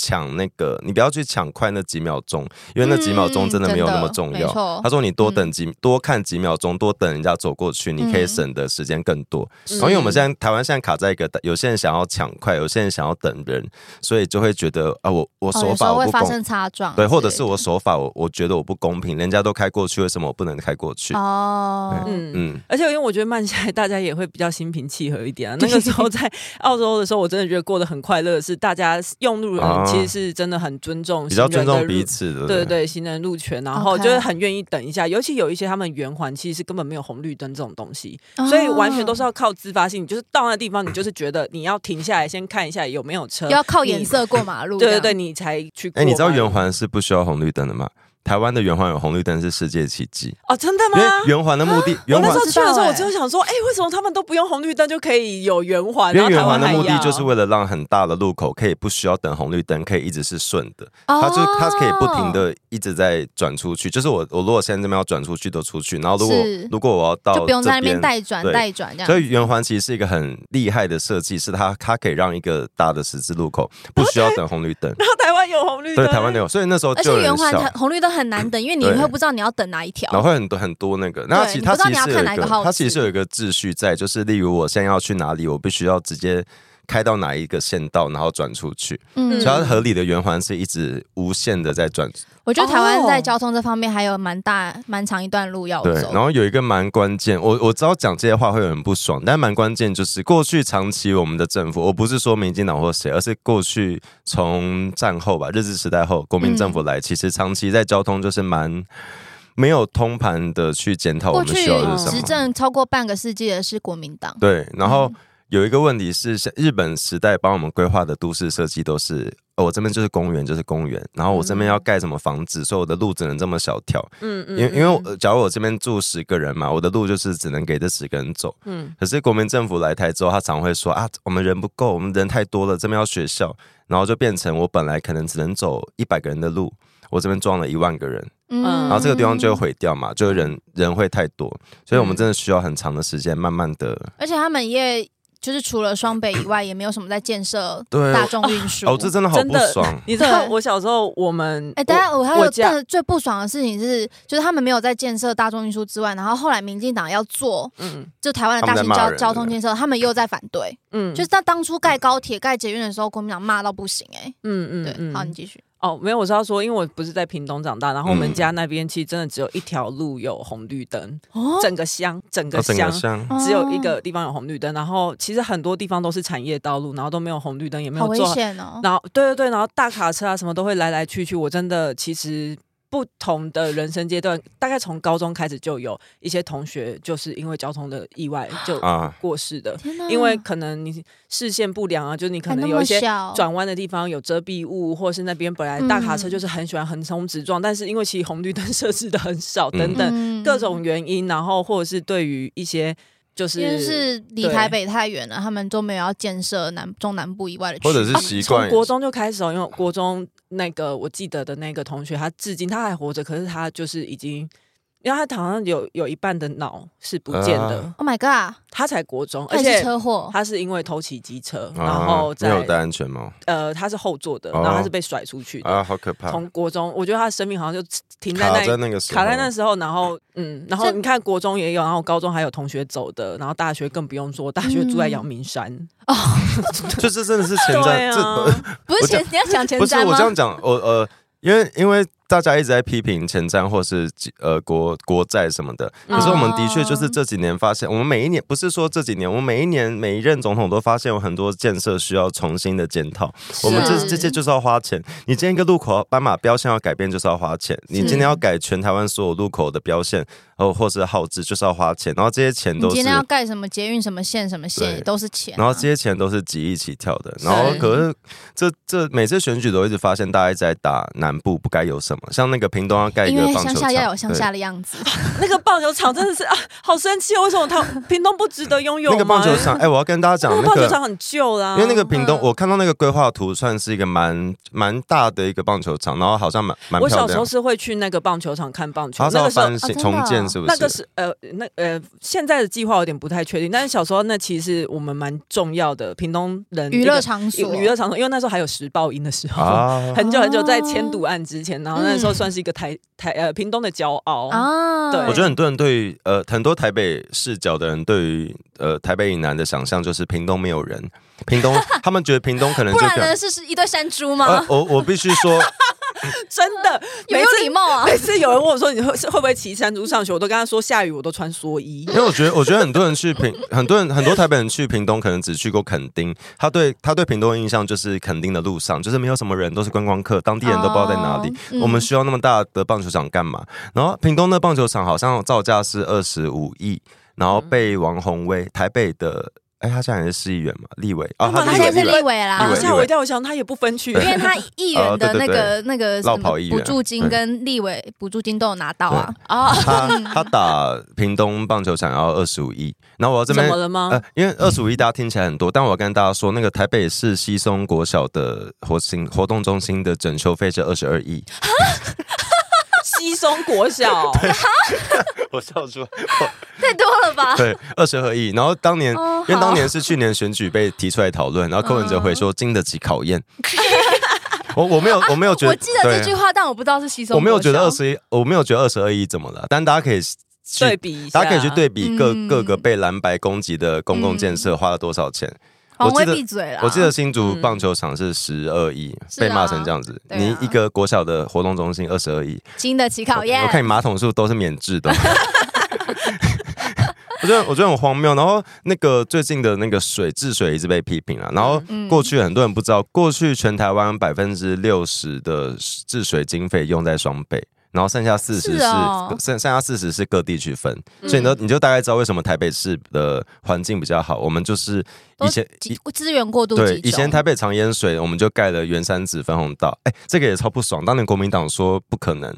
Speaker 2: 抢那个，你不要去抢快那几秒钟，因为那几秒钟真的没有那么重
Speaker 3: 嗯真的嗯
Speaker 2: 要。
Speaker 3: 没错
Speaker 2: 他说你多等几、多看几秒钟，多等人家走过去，你可以省的时间更多。然后因为我
Speaker 3: 嗯
Speaker 2: 们现在台湾现在卡在一个，有些人想要抢快，有些人想要等人，所以就会觉得啊，我我
Speaker 3: 哦
Speaker 2: 手
Speaker 3: 有时候
Speaker 2: 法我
Speaker 3: 会
Speaker 2: 不
Speaker 3: 发
Speaker 2: 公。
Speaker 3: 生擦撞之类的，
Speaker 2: 对，或者是我手法，我我觉得我不公平，人家都开过去，为什么我不能开过去？
Speaker 3: 哦，
Speaker 1: 嗯嗯。
Speaker 2: 嗯，
Speaker 1: 而且因为我觉得慢下来，大家也会比较心平气和一点啊。
Speaker 2: (laughs)
Speaker 1: 那个时候在澳洲的时候，我真的觉得过得很快乐，是大家用路
Speaker 2: (laughs) 啊
Speaker 1: 人其实是真的很尊重，
Speaker 2: 比较尊重彼
Speaker 1: 此。
Speaker 2: 此的，
Speaker 1: 对对对，行人路权，然后
Speaker 3: OK
Speaker 1: 就是很愿意等一下尤其有一些他们圆环其实是根本没有红绿灯这种东西，
Speaker 2: 啊
Speaker 3: 哦
Speaker 1: 所以完全都是要靠自发性。你就是到那地方，你就是觉得你要停下来先看一下有没有车，
Speaker 3: 哦要靠颜
Speaker 1: 你，
Speaker 3: 色过马路。
Speaker 1: 对对
Speaker 3: 这
Speaker 1: 对，
Speaker 3: 样，
Speaker 1: 你才去过
Speaker 2: 哎、
Speaker 1: 嘛。
Speaker 2: 你知道圆环是不需要红绿灯的吗？台湾的圆环有红绿灯是世界奇迹，
Speaker 1: 哦，真的
Speaker 2: 因
Speaker 1: 吗
Speaker 2: 为？圆环的目
Speaker 3: 啊
Speaker 2: 的，
Speaker 1: 我
Speaker 2: 圆
Speaker 1: 那
Speaker 2: 环
Speaker 1: 时候去的时候，我
Speaker 3: 知道欸
Speaker 1: 就想说，哎、为什么他们都不用红绿灯就可以有圆环？
Speaker 2: 因
Speaker 1: 然后台
Speaker 2: 为圆
Speaker 1: 湾
Speaker 2: 环的
Speaker 1: 还
Speaker 2: 目的
Speaker 1: 要
Speaker 2: 就是为了让很大的路口可以不需要等红绿灯，可以一直是顺的，
Speaker 3: 哦
Speaker 2: 它就它可以不停的一直在转出去。就是我我如果现在这边要转出去都出去，然后如果
Speaker 3: 是
Speaker 2: 如果我要到
Speaker 3: 就不用在那边
Speaker 2: 这边。
Speaker 3: 带转
Speaker 2: 对
Speaker 3: 带转这样。
Speaker 2: 所以圆环其实是一个很厉害的设计，是它它可以让一个大的十字路口不需要等红绿灯。
Speaker 1: (laughs) 然后台湾有红绿灯，
Speaker 2: 对，台湾都有，所以那时候
Speaker 3: 而
Speaker 2: 就
Speaker 3: 且
Speaker 2: 有
Speaker 3: 圆
Speaker 2: 人
Speaker 3: 环
Speaker 2: 笑
Speaker 3: 它，红绿灯很难等，因为你
Speaker 2: 对
Speaker 3: 会不知道你要等哪一条。
Speaker 2: 然后会很多很多那个，那它其
Speaker 3: 对
Speaker 2: 实
Speaker 3: 你
Speaker 2: 它
Speaker 3: 不知道
Speaker 2: 其
Speaker 3: 你
Speaker 2: 实
Speaker 3: 要
Speaker 2: 是
Speaker 3: 看
Speaker 2: 有
Speaker 3: 哪
Speaker 2: 一
Speaker 3: 一个
Speaker 2: 个，
Speaker 3: 号
Speaker 2: 它其实
Speaker 3: 次
Speaker 2: 是有一个秩序在，就是例如我现在要去哪里，我必须要直接开到哪一个线道，然后转出去。
Speaker 3: 嗯嗯
Speaker 2: 所以它合理的圆环是一直无限的在转，
Speaker 3: 我觉得台湾
Speaker 1: 哦
Speaker 3: 在交通这方面还有蛮大蛮长一段路要
Speaker 2: 对。
Speaker 3: 走。
Speaker 2: 然后有一个蛮关键，我我知道讲这些话会有人不爽，但蛮关键就是过去长期我们的政府，我不是说民进党或谁，而是过去从战后吧，日治时代后，国民政府
Speaker 3: 嗯
Speaker 2: 来，其实长期在交通就是蛮。没有通盘的去检讨我
Speaker 3: 过
Speaker 2: 们
Speaker 3: 去
Speaker 2: 需要的是什么
Speaker 3: 执。政超过半个世纪的是国民党，
Speaker 2: 对，然
Speaker 1: 嗯
Speaker 2: 后有一个问题是，像日本时代帮我们规划的都市设计都是，哦、我这边就是公园，就是公园，然后我这边要盖什么房子，所以我的路只能这么小条，
Speaker 1: 嗯嗯，
Speaker 2: 因为因为
Speaker 1: 嗯
Speaker 2: 我呃假如我这边住十个人嘛，我的路就是只能给这十个人走。
Speaker 1: 嗯
Speaker 2: 可是国民政府来台之后，他常会说啊，我们人不够，我们人太多了，这边要学校，然后就变成我本来可能只能走一百个人的路，我这边装了一万个人，
Speaker 3: 嗯
Speaker 1: 然
Speaker 2: 然后这个地方就会毁掉嘛，
Speaker 1: 嗯
Speaker 2: 就人人会太多，所以我们
Speaker 3: 嗯
Speaker 2: 真的需要很长的时间慢慢的
Speaker 3: 而且他们也就是除了双北以外，也没有什么在建设
Speaker 2: 对
Speaker 3: 大众运输。
Speaker 2: 哦，这真的好
Speaker 1: 真
Speaker 2: 不
Speaker 1: 的。
Speaker 2: 爽
Speaker 1: 你知道
Speaker 3: 对
Speaker 1: 我小时候我们
Speaker 3: 哎、等一下，我还
Speaker 1: 我
Speaker 3: 有
Speaker 1: 家
Speaker 3: 更最不爽的事情是，就是他们没有在建设大众运输之外，然后后来民进党要做
Speaker 1: 嗯
Speaker 3: 就台湾的
Speaker 2: 他
Speaker 3: 大
Speaker 2: 们在
Speaker 3: 型
Speaker 2: 骂
Speaker 3: 交
Speaker 2: 人
Speaker 3: 交
Speaker 2: 对
Speaker 3: 通
Speaker 2: 不对
Speaker 3: 建设，他们又在反对。
Speaker 1: 嗯
Speaker 3: 就是他当初盖高铁、盖捷运的时候，国民党骂到不行哎、
Speaker 1: 嗯
Speaker 3: 对
Speaker 1: 嗯，嗯，
Speaker 3: 好，你继续。
Speaker 1: 哦，没有，我是要说，因为我不是在屏东长大，然后我们
Speaker 2: 嗯
Speaker 1: 家那边其实真的只有一条路有红绿灯，
Speaker 3: 哦
Speaker 1: 整个乡 (laughs) 整个
Speaker 2: 哦整
Speaker 1: 乡
Speaker 2: 个乡
Speaker 1: 只有一个地方有红绿灯，然后其实很多地方都是产业道路，然后都没有红绿灯，也没
Speaker 3: 好
Speaker 1: 有
Speaker 3: 危
Speaker 1: 做好。
Speaker 3: 险哦。
Speaker 1: 然后对对对，然后大卡车啊什么都会来来去去。我真的其实不同的人生阶段，大概从高中开始就有一些同学就是因为交通的意外就
Speaker 2: 啊，
Speaker 1: 过世的。
Speaker 3: 天哪！
Speaker 1: 因为可能你视线不良啊，就是你可
Speaker 3: 嗯还那
Speaker 1: 能有
Speaker 3: 么
Speaker 1: 一些
Speaker 3: 小
Speaker 1: 转弯的地方有遮蔽物，或者是那边本来大卡车
Speaker 3: 嗯
Speaker 1: 就是很喜欢横冲直撞，但是因为其实红绿灯 (laughs) 设置的很少，等等、
Speaker 3: 嗯
Speaker 1: 各种原因，然后或者是对于一些就是
Speaker 3: 因为是离台北太远了，他们都没有要建设南中南部以外的区
Speaker 2: 或
Speaker 3: 域，
Speaker 2: 者是
Speaker 1: 啊
Speaker 2: 习
Speaker 1: 从
Speaker 2: 惯
Speaker 1: 国中就开始哦，因为国中那个我记得的那个同学，他至今他还活着，可是他就是已经。因为他好像有有一半的脑是不见的，
Speaker 2: 啊
Speaker 3: Oh my god！
Speaker 1: 他才国中，而
Speaker 3: 他也
Speaker 1: 且
Speaker 3: 是车哦祸，
Speaker 1: 他是因为偷骑机车，
Speaker 2: 啊
Speaker 1: 然后
Speaker 2: 没有
Speaker 1: 在
Speaker 2: 戴安全帽
Speaker 1: 呃，他是后座的，
Speaker 2: 哦
Speaker 1: 然后他是被甩出去的。
Speaker 2: 啊，好可怕，
Speaker 1: 从国中，我觉得他的生命好像就停在
Speaker 2: 卡
Speaker 1: 那
Speaker 2: 在
Speaker 1: 里，
Speaker 2: 那个时候
Speaker 1: 卡在
Speaker 2: (laughs)
Speaker 1: 那时候，然后嗯，然后
Speaker 3: 这
Speaker 1: 你看国中也有，然后高中还有同学走的，然后大学更不用说，大学
Speaker 3: 嗯
Speaker 1: 住在阳明山，
Speaker 2: 就是真的是前瞻，
Speaker 1: 对
Speaker 2: 这
Speaker 1: 啊，
Speaker 3: 不是
Speaker 2: 我讲
Speaker 3: 前你要讲前
Speaker 2: 不是
Speaker 3: 瞻
Speaker 2: 我
Speaker 3: 吗
Speaker 2: 这？样讲，我呃，因为因为大家一直在批评前瞻或是呃国国债什么的，
Speaker 1: 嗯
Speaker 2: 可是我们的确
Speaker 1: 哦
Speaker 2: 就是这几年发现，我们每一年不是说这几年，我们每一年每一任总统都发现有很多建设需要重新的检讨。我们这
Speaker 3: 是啊
Speaker 2: 这些就是要花钱，你今天一个路口斑马标线要改变就是要花钱，你今天要改全台湾所有路口的标线哦，或是号志就是要花钱，然后这些钱
Speaker 3: 你
Speaker 2: 都是
Speaker 3: 今天要盖什么捷运、什么线、什么线
Speaker 2: 对
Speaker 3: 也都是钱啊，
Speaker 2: 然后这些钱都是几亿起跳的，然后可是这这每次选举都一直发现大家一直在打南部不该有什么，像那个屏东要盖一
Speaker 3: 因
Speaker 2: 个
Speaker 3: 为
Speaker 2: 棒
Speaker 3: 乡
Speaker 2: 球
Speaker 3: 下
Speaker 2: 场，
Speaker 3: 要有乡
Speaker 2: 对
Speaker 3: 下的样子，
Speaker 1: 那个棒球场真的是啊，好生气哦！为什么他屏东不值得拥有吗？
Speaker 2: 那个棒球场，哎、我要跟大家讲
Speaker 1: (laughs) 那个
Speaker 2: 那
Speaker 1: 棒球
Speaker 2: 个。
Speaker 1: 场很旧啦，
Speaker 2: 因为那个屏东，
Speaker 3: 嗯
Speaker 2: 我看到那个规划图，算是一个蛮蛮大的一个棒球场，然后好像蛮蛮
Speaker 1: 我
Speaker 2: 漂
Speaker 1: 小时
Speaker 2: 亮
Speaker 1: 候。是会去那个棒球场看棒球
Speaker 2: 它，是
Speaker 1: 那
Speaker 2: 要
Speaker 1: 个时候
Speaker 2: 翻新
Speaker 3: 哦真的
Speaker 2: 重建，
Speaker 3: 哦
Speaker 2: 是不是？
Speaker 1: 那个是呃，那呃，现在的计划有点不太确定，但是小时候那其实我们蛮重要的，屏东人
Speaker 3: 娱
Speaker 1: 一个
Speaker 3: 乐场所，
Speaker 1: 娱乐场所，因为那时候还有时报音的
Speaker 3: (laughs)
Speaker 1: 时候。
Speaker 2: 啊，
Speaker 1: (laughs) 很久很久，在
Speaker 3: 哦
Speaker 1: 迁都案之前，然后那时候算是一个台、台呃屏东的骄傲。
Speaker 3: 啊，
Speaker 1: 对
Speaker 2: 我觉得很多人对于呃很多台北视角的人对于呃台北以南的想象就是屏东没有人，屏东 (laughs) 他们觉得屏东可能就
Speaker 3: 不然
Speaker 2: 可能
Speaker 3: 呢是是一堆山猪
Speaker 2: 呃
Speaker 3: 吗？，
Speaker 2: 我我必须说，
Speaker 1: 真的，
Speaker 3: 有 (laughs) 没
Speaker 1: 每
Speaker 3: 有
Speaker 1: 次
Speaker 3: 礼貌
Speaker 2: (laughs)
Speaker 3: 啊？
Speaker 1: 每次有人问我说你会是会不会骑山猪上学，我都跟他说下雨我都穿蓑衣。
Speaker 2: 因为我觉得，我觉得很多人去屏，很多人很多台北人去屏东，可能只去过垦丁，他对他对屏东的印象就是垦丁的路上，就是没有什么人，都是观光客，当地人都不知道在哪里。
Speaker 3: 哦嗯
Speaker 2: 我们需要那么大的棒球场干嘛？然后屏东的棒球场好像造价是二十五亿，
Speaker 3: 嗯
Speaker 2: 然后被王宏威台北的，哎，他现在还是市议员嘛，立委啊，
Speaker 1: 他
Speaker 3: 哦他
Speaker 2: 立
Speaker 3: 现在
Speaker 2: 委
Speaker 3: 是
Speaker 2: 立
Speaker 3: 立
Speaker 2: 委。哦
Speaker 3: 委啦
Speaker 2: 立
Speaker 1: 啊，
Speaker 2: (laughs) 委，
Speaker 1: 吓我一跳，我想他也不分区 (laughs)
Speaker 3: 因，为他议员的那个那个什
Speaker 2: 落跑
Speaker 3: 么
Speaker 2: 议员
Speaker 3: 补助金跟立委补助金都有拿到啊，
Speaker 1: 啊，
Speaker 2: 他他打屏东棒球场要二十五亿，然后我要这
Speaker 1: 怎
Speaker 2: 边
Speaker 1: 么了
Speaker 3: 啊
Speaker 1: 吗？ (laughs)
Speaker 2: 呃，因为二十五亿大家听起来很多，但我要跟大家说，那个台北市西松国小的活行活动中心的整修费是二十二
Speaker 3: (laughs)
Speaker 2: 亿。
Speaker 1: 西松国
Speaker 2: (laughs)
Speaker 1: 小，
Speaker 2: 我笑出来。
Speaker 3: (laughs) 太多了吧？
Speaker 2: 对，二十二亿。然后当年，
Speaker 3: 哦
Speaker 2: 因为当
Speaker 3: 好嗯
Speaker 2: 年是去年选举被提出来讨论，然后柯文哲回说经得起考
Speaker 3: (laughs)
Speaker 2: 验。我我没有我没有觉得，
Speaker 3: 啊我记得这
Speaker 2: 对
Speaker 3: 句话，但我不知道是吸收。
Speaker 2: 我没有觉得二，十，我没有觉得二十二亿怎么了，但大家可以去
Speaker 1: (laughs) 对比一下，
Speaker 2: 大家可以去对比各、
Speaker 3: 嗯
Speaker 2: 各个被蓝白攻击的公共建设花了多少钱。
Speaker 3: 黄
Speaker 2: 我
Speaker 3: 威
Speaker 2: 记得
Speaker 3: 闭嘴啦！
Speaker 2: 我记得新竹
Speaker 1: 嗯
Speaker 2: 棒球场是十二亿，
Speaker 3: 啊是啊
Speaker 2: 被骂成这样子。
Speaker 3: 对啊
Speaker 2: 你一个国小的活动中心二十二亿，
Speaker 3: 经得起考验
Speaker 2: 我。看你马桶数都是免治的。 (laughs) 我觉得我觉得很荒谬。然后那个最近的那个水治水一直被批评了。啊然后
Speaker 3: 嗯
Speaker 2: 过去很多人不知道，过去全台湾百分之六十的治水经费用在双北。然后剩下四十
Speaker 3: 是
Speaker 2: 是
Speaker 3: 哦嗯
Speaker 2: 剩剩下四十是各地区分，所以呢，你就大概知道为什么台北市的环境比较好。我们就是以前以
Speaker 3: 集资源过度集
Speaker 2: 对，
Speaker 3: 中，
Speaker 2: 以前台北长淹水，我们就盖了圆山子分红道，哎、这个也超不爽。当年国民党说不可能，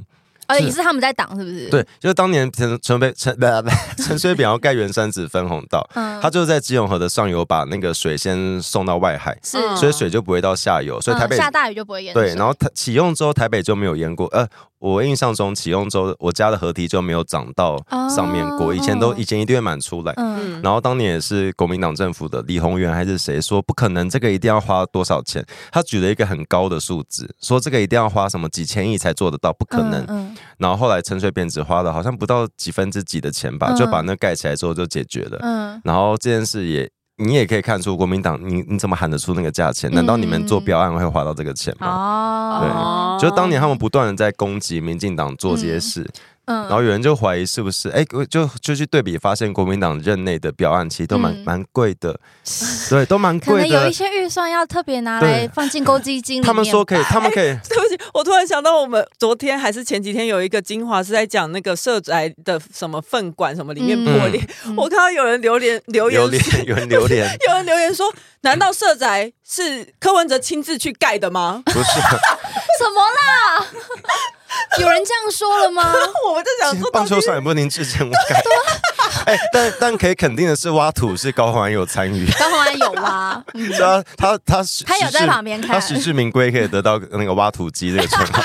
Speaker 3: 而
Speaker 2: 是
Speaker 3: 且呃是他们在挡，是不是？，
Speaker 2: 对，就是当年陈陈北陈 (laughs) 陈水扁要盖圆山子分红道，
Speaker 3: 嗯
Speaker 2: 他就是在基隆河的上游把那个水先送到外海，
Speaker 3: 是，
Speaker 1: 嗯
Speaker 2: 所以水就不会到下游，所以台
Speaker 3: 嗯
Speaker 2: 北、
Speaker 3: 下大雨就不会淹水。
Speaker 2: 对，然后它启用之后，台北就没有淹过，呃，我印象中启用之后，我家的合体就没有涨到上面过，
Speaker 3: 哦
Speaker 2: 以前都以前一定会满出来。
Speaker 3: 嗯
Speaker 1: 嗯，
Speaker 2: 然后当年也是国民党政府的李鸿源还是谁说不可能，这个一定要花多少钱？他举了一个很高的数字，说这个一定要花什么几千亿才做得到，不可能。
Speaker 3: 嗯
Speaker 2: 然后后来陈水扁只花了好像不到几分之几的钱吧，
Speaker 3: 嗯
Speaker 2: 就把那盖起来之后就解决了。
Speaker 3: 嗯
Speaker 2: 然后这件事也，你也可以看出国民党，你你怎么喊得出那个价钱？难道你们做标案会花到这个钱
Speaker 3: 嗯
Speaker 2: 吗？
Speaker 3: 哦，
Speaker 2: 就是当年他们不断的在攻击民进党做这些事，
Speaker 3: 嗯
Speaker 2: 然后有人就怀疑是不是哎，就就去对比发现国民党任内的标案其实都蛮、
Speaker 3: 嗯
Speaker 2: 蛮贵
Speaker 3: (laughs)
Speaker 2: 的，对，都蛮
Speaker 3: 可能
Speaker 2: 贵
Speaker 3: 有
Speaker 2: 的
Speaker 3: 一。些预算要特别拿
Speaker 2: 对
Speaker 3: 来放进公积金里面。
Speaker 2: 他们说可以，他们
Speaker 3: (laughs)
Speaker 2: 可以，
Speaker 1: (laughs) 对不起，我突然想到，我们昨天还是前几天有一个精华是在讲那个社宅的什么粪管什么里面
Speaker 3: 嗯
Speaker 1: 破裂，(laughs)
Speaker 3: 嗯
Speaker 1: 我看到有人留言留言
Speaker 2: 榴莲 (laughs) 有人榴莲
Speaker 1: (laughs) 有人留言说：“难道社宅是柯文哲亲自去盖的吗 (laughs)
Speaker 2: 不是，啊
Speaker 3: (laughs) 什么啦？ (laughs) 有人这样说了吗？？”
Speaker 1: 我们就想说，到
Speaker 2: 棒
Speaker 1: 底
Speaker 2: 球场也不能之前我
Speaker 3: (laughs)
Speaker 2: 改。
Speaker 3: 啊
Speaker 2: (laughs) 哎、但但可以肯定的是，挖土是高环有参与，
Speaker 3: 高宏安有啊， (laughs) 嗯
Speaker 2: 对啊，他他
Speaker 3: 他有在旁边看
Speaker 2: 他实至名归可以得到那个挖土机这个称号。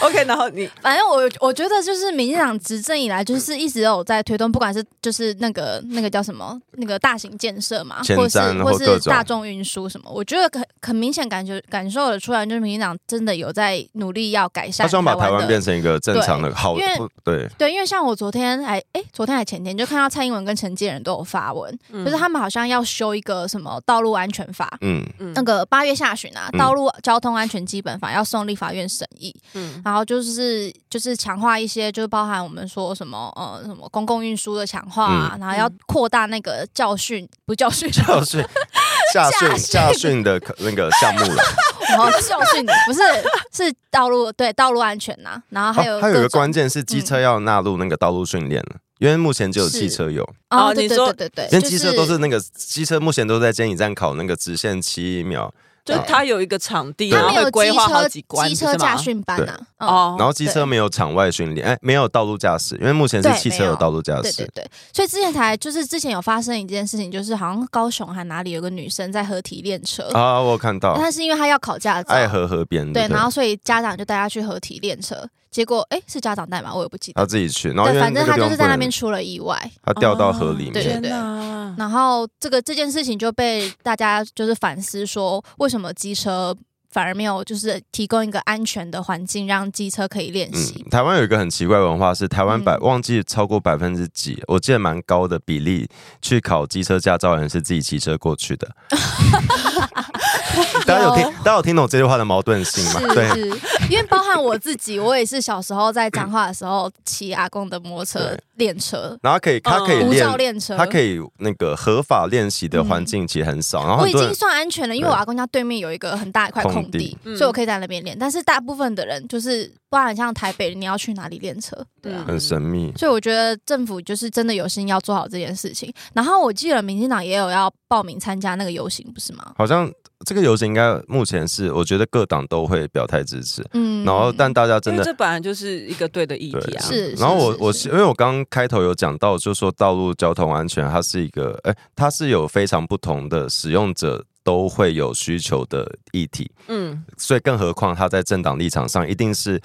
Speaker 1: OK，然后你
Speaker 3: 反正我我觉得就是民进党执政以来，就是一直有在推动，不管是就是那个那个叫什么那个大型建设嘛，
Speaker 2: 前
Speaker 3: 或是
Speaker 2: 瞻
Speaker 3: 或
Speaker 2: 或各
Speaker 3: 是
Speaker 2: 种
Speaker 3: 大众运输什么，我觉得很很明显感觉感受得出来，就是民进党真的有 (laughs) 在努力要改善
Speaker 2: 他希望把台湾
Speaker 3: 的
Speaker 2: 变成一个正常的好
Speaker 3: 因为
Speaker 2: 不对，
Speaker 3: 对，因为像我昨天还哎、昨天还前天就看到蔡英文跟陈建仁都有发文，
Speaker 1: 嗯
Speaker 3: 就是他们好像要修一个什么道路安全法。 (laughs)
Speaker 2: 嗯，
Speaker 3: 那个八月下旬啊，
Speaker 2: 嗯
Speaker 3: 道路交通安全基本法要送立法院审议，
Speaker 1: 嗯
Speaker 3: 然后就是就是强化一些，就是包含我们说什么呃什么公共运输的强化啊，然后
Speaker 1: 嗯
Speaker 3: 要扩大那个教训，不教训，
Speaker 2: 嗯教训
Speaker 3: (laughs)
Speaker 2: 驾训
Speaker 3: 驾
Speaker 2: 驾
Speaker 3: 训
Speaker 2: 训的可那个项目了。
Speaker 3: 然后教训你，不是是道路对道路安全呐、然啊后还有
Speaker 2: 哦还有一
Speaker 3: 各
Speaker 2: 个
Speaker 3: 种嗯
Speaker 2: 关键是机车要纳入那个道路训练了。因为目前只有汽车有，
Speaker 3: 哦，
Speaker 1: 哦
Speaker 3: 对
Speaker 1: 你
Speaker 3: 对
Speaker 1: 说
Speaker 3: 对对
Speaker 2: 因
Speaker 3: 对，
Speaker 2: 为机车都是那个机车目前都在监理站考那个直线七秒，
Speaker 1: 就是他有一个场地，
Speaker 2: 对
Speaker 1: 然
Speaker 3: 他
Speaker 1: 后
Speaker 3: 们有
Speaker 1: 会规划好几
Speaker 3: 机车
Speaker 1: 关，
Speaker 3: 机
Speaker 1: 不
Speaker 3: 车
Speaker 1: 是吗
Speaker 3: 驾训班呐、啊，嗯
Speaker 1: 哦，
Speaker 2: 然后机车没有场外训练，哎，没有道路驾驶，因为目前是
Speaker 3: 对
Speaker 2: 汽车
Speaker 3: 没有
Speaker 2: 有道路驾
Speaker 3: 对对
Speaker 2: 驶，
Speaker 3: 对，所以之前才就是之前有发生一件事情，就是好像高雄还哪里有个女生在合体练车，
Speaker 2: 啊，我有看到
Speaker 3: 但是因为她要考驾照，
Speaker 2: 爱河河边，
Speaker 3: 对，
Speaker 2: 不
Speaker 3: 然后所以家长就带她去合体练车，结果哎是家长带吗？我也不记得
Speaker 2: 他，自己去，然后因
Speaker 3: 对，
Speaker 2: 为
Speaker 3: 反正
Speaker 2: 个
Speaker 3: 她
Speaker 2: 地
Speaker 3: 就
Speaker 2: 方
Speaker 3: 是
Speaker 2: 不
Speaker 3: 在那
Speaker 2: 能
Speaker 3: 边出了意外，
Speaker 2: 他掉到河里面，
Speaker 3: 对对
Speaker 1: 哦天哪
Speaker 3: 然后这个这件事情就被大家就是反思说，为什么机车反而没有就是提供一个安全的环境让机车可以练习
Speaker 2: 嗯，，台湾有一个很奇怪的文化是，台湾百、
Speaker 3: 嗯
Speaker 2: 忘记超过百分之几，我记得蛮高的比例去考机车驾照的人是自己骑车过去
Speaker 3: (laughs)
Speaker 2: 的。大家有听
Speaker 3: 有
Speaker 2: 大家有听懂这句话的矛盾性
Speaker 3: 是
Speaker 2: 吗？对，
Speaker 3: 是， (laughs) 因为包含我自己，我也是小时候在彰化的时候骑阿公的摩托车
Speaker 2: 对
Speaker 3: 练车，
Speaker 2: 然后可以他可以
Speaker 3: 嗯无
Speaker 2: 练，
Speaker 3: 照练车，
Speaker 2: 他可以那个合法练习的环境其实很少，然后
Speaker 3: 我
Speaker 2: 很
Speaker 3: 已
Speaker 2: 多
Speaker 3: 经
Speaker 2: 人
Speaker 3: 算安全了，因为
Speaker 2: 哦对
Speaker 3: 我阿公家对面有一个很大一块空
Speaker 2: 空地
Speaker 3: 地，所以我可以在那边练。但是大部分的人就是，包含像台北，你要去哪里练车？对啊。
Speaker 1: 嗯
Speaker 2: 很神秘。
Speaker 3: 所以我觉得政府就是真的有心要做好这件事情。然后我记得民进党也有要报名参加那个游行，不是吗？
Speaker 2: 好像这个游行应该目前是，我觉得各党都会表态支持，
Speaker 3: 嗯，
Speaker 2: 然后但大家真
Speaker 1: 因
Speaker 2: 的
Speaker 1: 为这本来就是一个对的议题啊，
Speaker 3: 是
Speaker 2: 然后我
Speaker 3: 是
Speaker 2: 我
Speaker 3: 是
Speaker 2: 是因为我刚刚开头有讲到，就说道路交通安全，它是一个，哎，它是有非常不同的使用者都会有需求的议题，
Speaker 1: 嗯
Speaker 2: 所以更何况它在政党立场上，一定是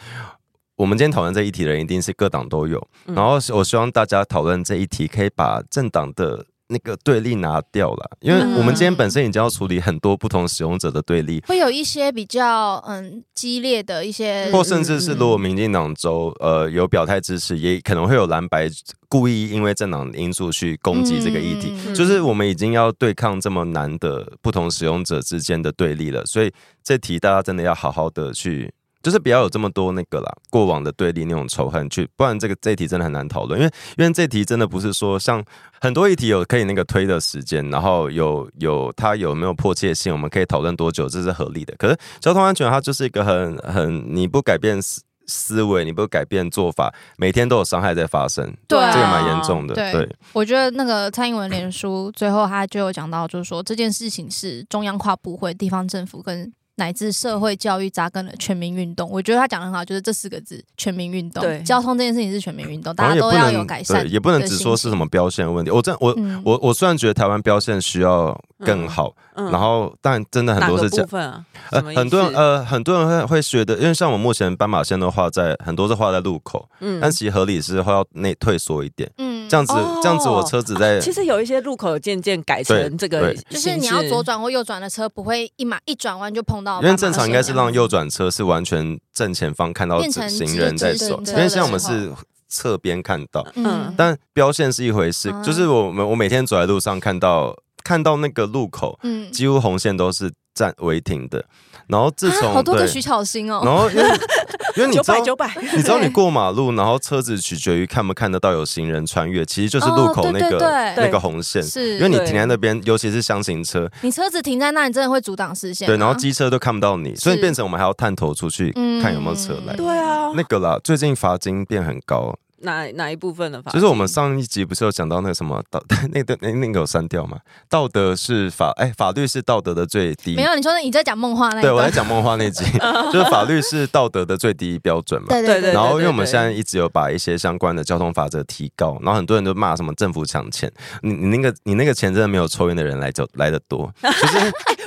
Speaker 2: 我们今天讨论这一题的人，一定是各党都有。
Speaker 1: 嗯
Speaker 2: 然后是我希望大家讨论这一题，可以把政党的。那个对立拿掉了，因为
Speaker 3: 嗯
Speaker 2: 我们今天本身已经要处理很多不同使用者的对立，
Speaker 3: 会有一些比较嗯激烈的一些，
Speaker 2: 或甚至是如果民进党州呃有表态支持，也可能会有蓝白故意因为政党因素去攻击这个议题。
Speaker 3: 嗯
Speaker 2: 就是我们已经要对抗这么难的不同使用者之间的对立了，所以这题大家真的要好好的去，就是不要有这么多那个啦，过往的对立那种仇恨去，不然这个这题真的很难讨论，因为因为这题真的不是说像很多议题有可以那个推的时间，然后有有它有没有迫切性，我们可以讨论多久，这是合理的。可是交通安全它就是一个很 (laughs) 很你不改变思思维，你不改变做法，每天都有伤害在发生，
Speaker 3: 对啊
Speaker 2: 这个蛮严重的。
Speaker 3: 对
Speaker 2: 对，
Speaker 3: 我觉得那个蔡英文脸书最后他就有讲到，就是说这件事情是中央跨部会、地方政府跟乃至社会教育扎根的全民运动。我觉得他讲的很好，就是这四个字：全民运动。
Speaker 1: 对
Speaker 3: 交通这件事情是全民运动，
Speaker 2: 然后
Speaker 3: 大家
Speaker 2: 也不
Speaker 3: 都要有
Speaker 2: 能
Speaker 3: 改善
Speaker 2: 对，也不能
Speaker 3: 的
Speaker 2: 只
Speaker 3: 心
Speaker 2: 说是
Speaker 3: 情
Speaker 2: 什么标线的问题。我真我
Speaker 3: 嗯
Speaker 2: 我我虽然觉得台湾标线需要更好，
Speaker 1: 嗯
Speaker 2: 然后但真的很
Speaker 1: 哪
Speaker 2: 多
Speaker 1: 个
Speaker 2: 是这
Speaker 1: 部
Speaker 2: 样。
Speaker 1: 分啊？
Speaker 2: 呃
Speaker 1: 什么，意
Speaker 2: 很多人
Speaker 1: 思
Speaker 2: 呃，很多人会会觉得，因为像我目前斑马线都画在很多是画在路口，
Speaker 1: 嗯
Speaker 2: 但其实合理是会要内退缩一点，
Speaker 3: 嗯啊
Speaker 2: 这样子、这样子我
Speaker 1: 哦
Speaker 2: 车子在、
Speaker 1: 其实有一些路口有渐渐改成这个
Speaker 2: 对对，
Speaker 3: 就是你要左，转或右转的车不会一马一转弯就碰到斑
Speaker 2: 因
Speaker 3: 马线这
Speaker 2: 为
Speaker 3: 样子，啊
Speaker 2: 正常应该是让右转车是完全正前方看到
Speaker 3: 变成
Speaker 2: 行人在
Speaker 3: 直
Speaker 2: 走，
Speaker 3: 直
Speaker 2: 因
Speaker 3: 的
Speaker 2: 为像我们
Speaker 3: 车的
Speaker 2: 是侧边看到，
Speaker 1: 嗯
Speaker 2: 但标线是一回事，
Speaker 3: 啊
Speaker 2: 就是我们我每天走在路上看到看到那个路口，
Speaker 3: 嗯
Speaker 2: 几乎红线都是站违停的，然后自从、
Speaker 3: 啊、好多个
Speaker 2: 对
Speaker 3: 徐巧芯哦，
Speaker 2: 然后
Speaker 3: (laughs)
Speaker 2: 因为因为你
Speaker 1: 九
Speaker 2: 知道
Speaker 1: 百九百，
Speaker 2: 你知道你
Speaker 3: 对
Speaker 2: 过马路，然后车子取决于看不看得到有行人穿越，其实就是路
Speaker 3: 哦
Speaker 2: 口
Speaker 3: 对
Speaker 2: 那
Speaker 3: 对
Speaker 2: 个、
Speaker 3: 对
Speaker 2: 那个红线。
Speaker 3: 是
Speaker 2: 因为你
Speaker 1: 对
Speaker 2: 停在那边，尤其是箱型车，
Speaker 3: 你车子停在那，你真的会阻挡视线啊、
Speaker 2: 对，然后机车都看不到你，所以
Speaker 3: 是
Speaker 2: 变成我们还要探头出去
Speaker 3: 嗯
Speaker 2: 看有没有车来。
Speaker 1: (laughs) 对啊，
Speaker 2: 那个啦，最近罚金变很高，
Speaker 1: 哪哪一部分的法？
Speaker 2: 就是我们上一集不是有讲到那个什么道， (laughs) 那个那那个有删掉吗？道德是法，哎，法律是道德的最低。
Speaker 3: 没有，你说你在讲梦话那一
Speaker 2: 对我在
Speaker 3: 段，
Speaker 2: 讲梦话那
Speaker 3: (laughs)
Speaker 2: 集，就是法律是道德的最低标准嘛。
Speaker 3: 对
Speaker 1: 对
Speaker 3: 对
Speaker 1: 对
Speaker 2: 然后，因为我们
Speaker 1: 对
Speaker 2: 现在一直有把一些相关的交通法则提高，然后很多人都骂什么政府抢钱，你你那个你那个钱真的没有抽烟的人来走来的多，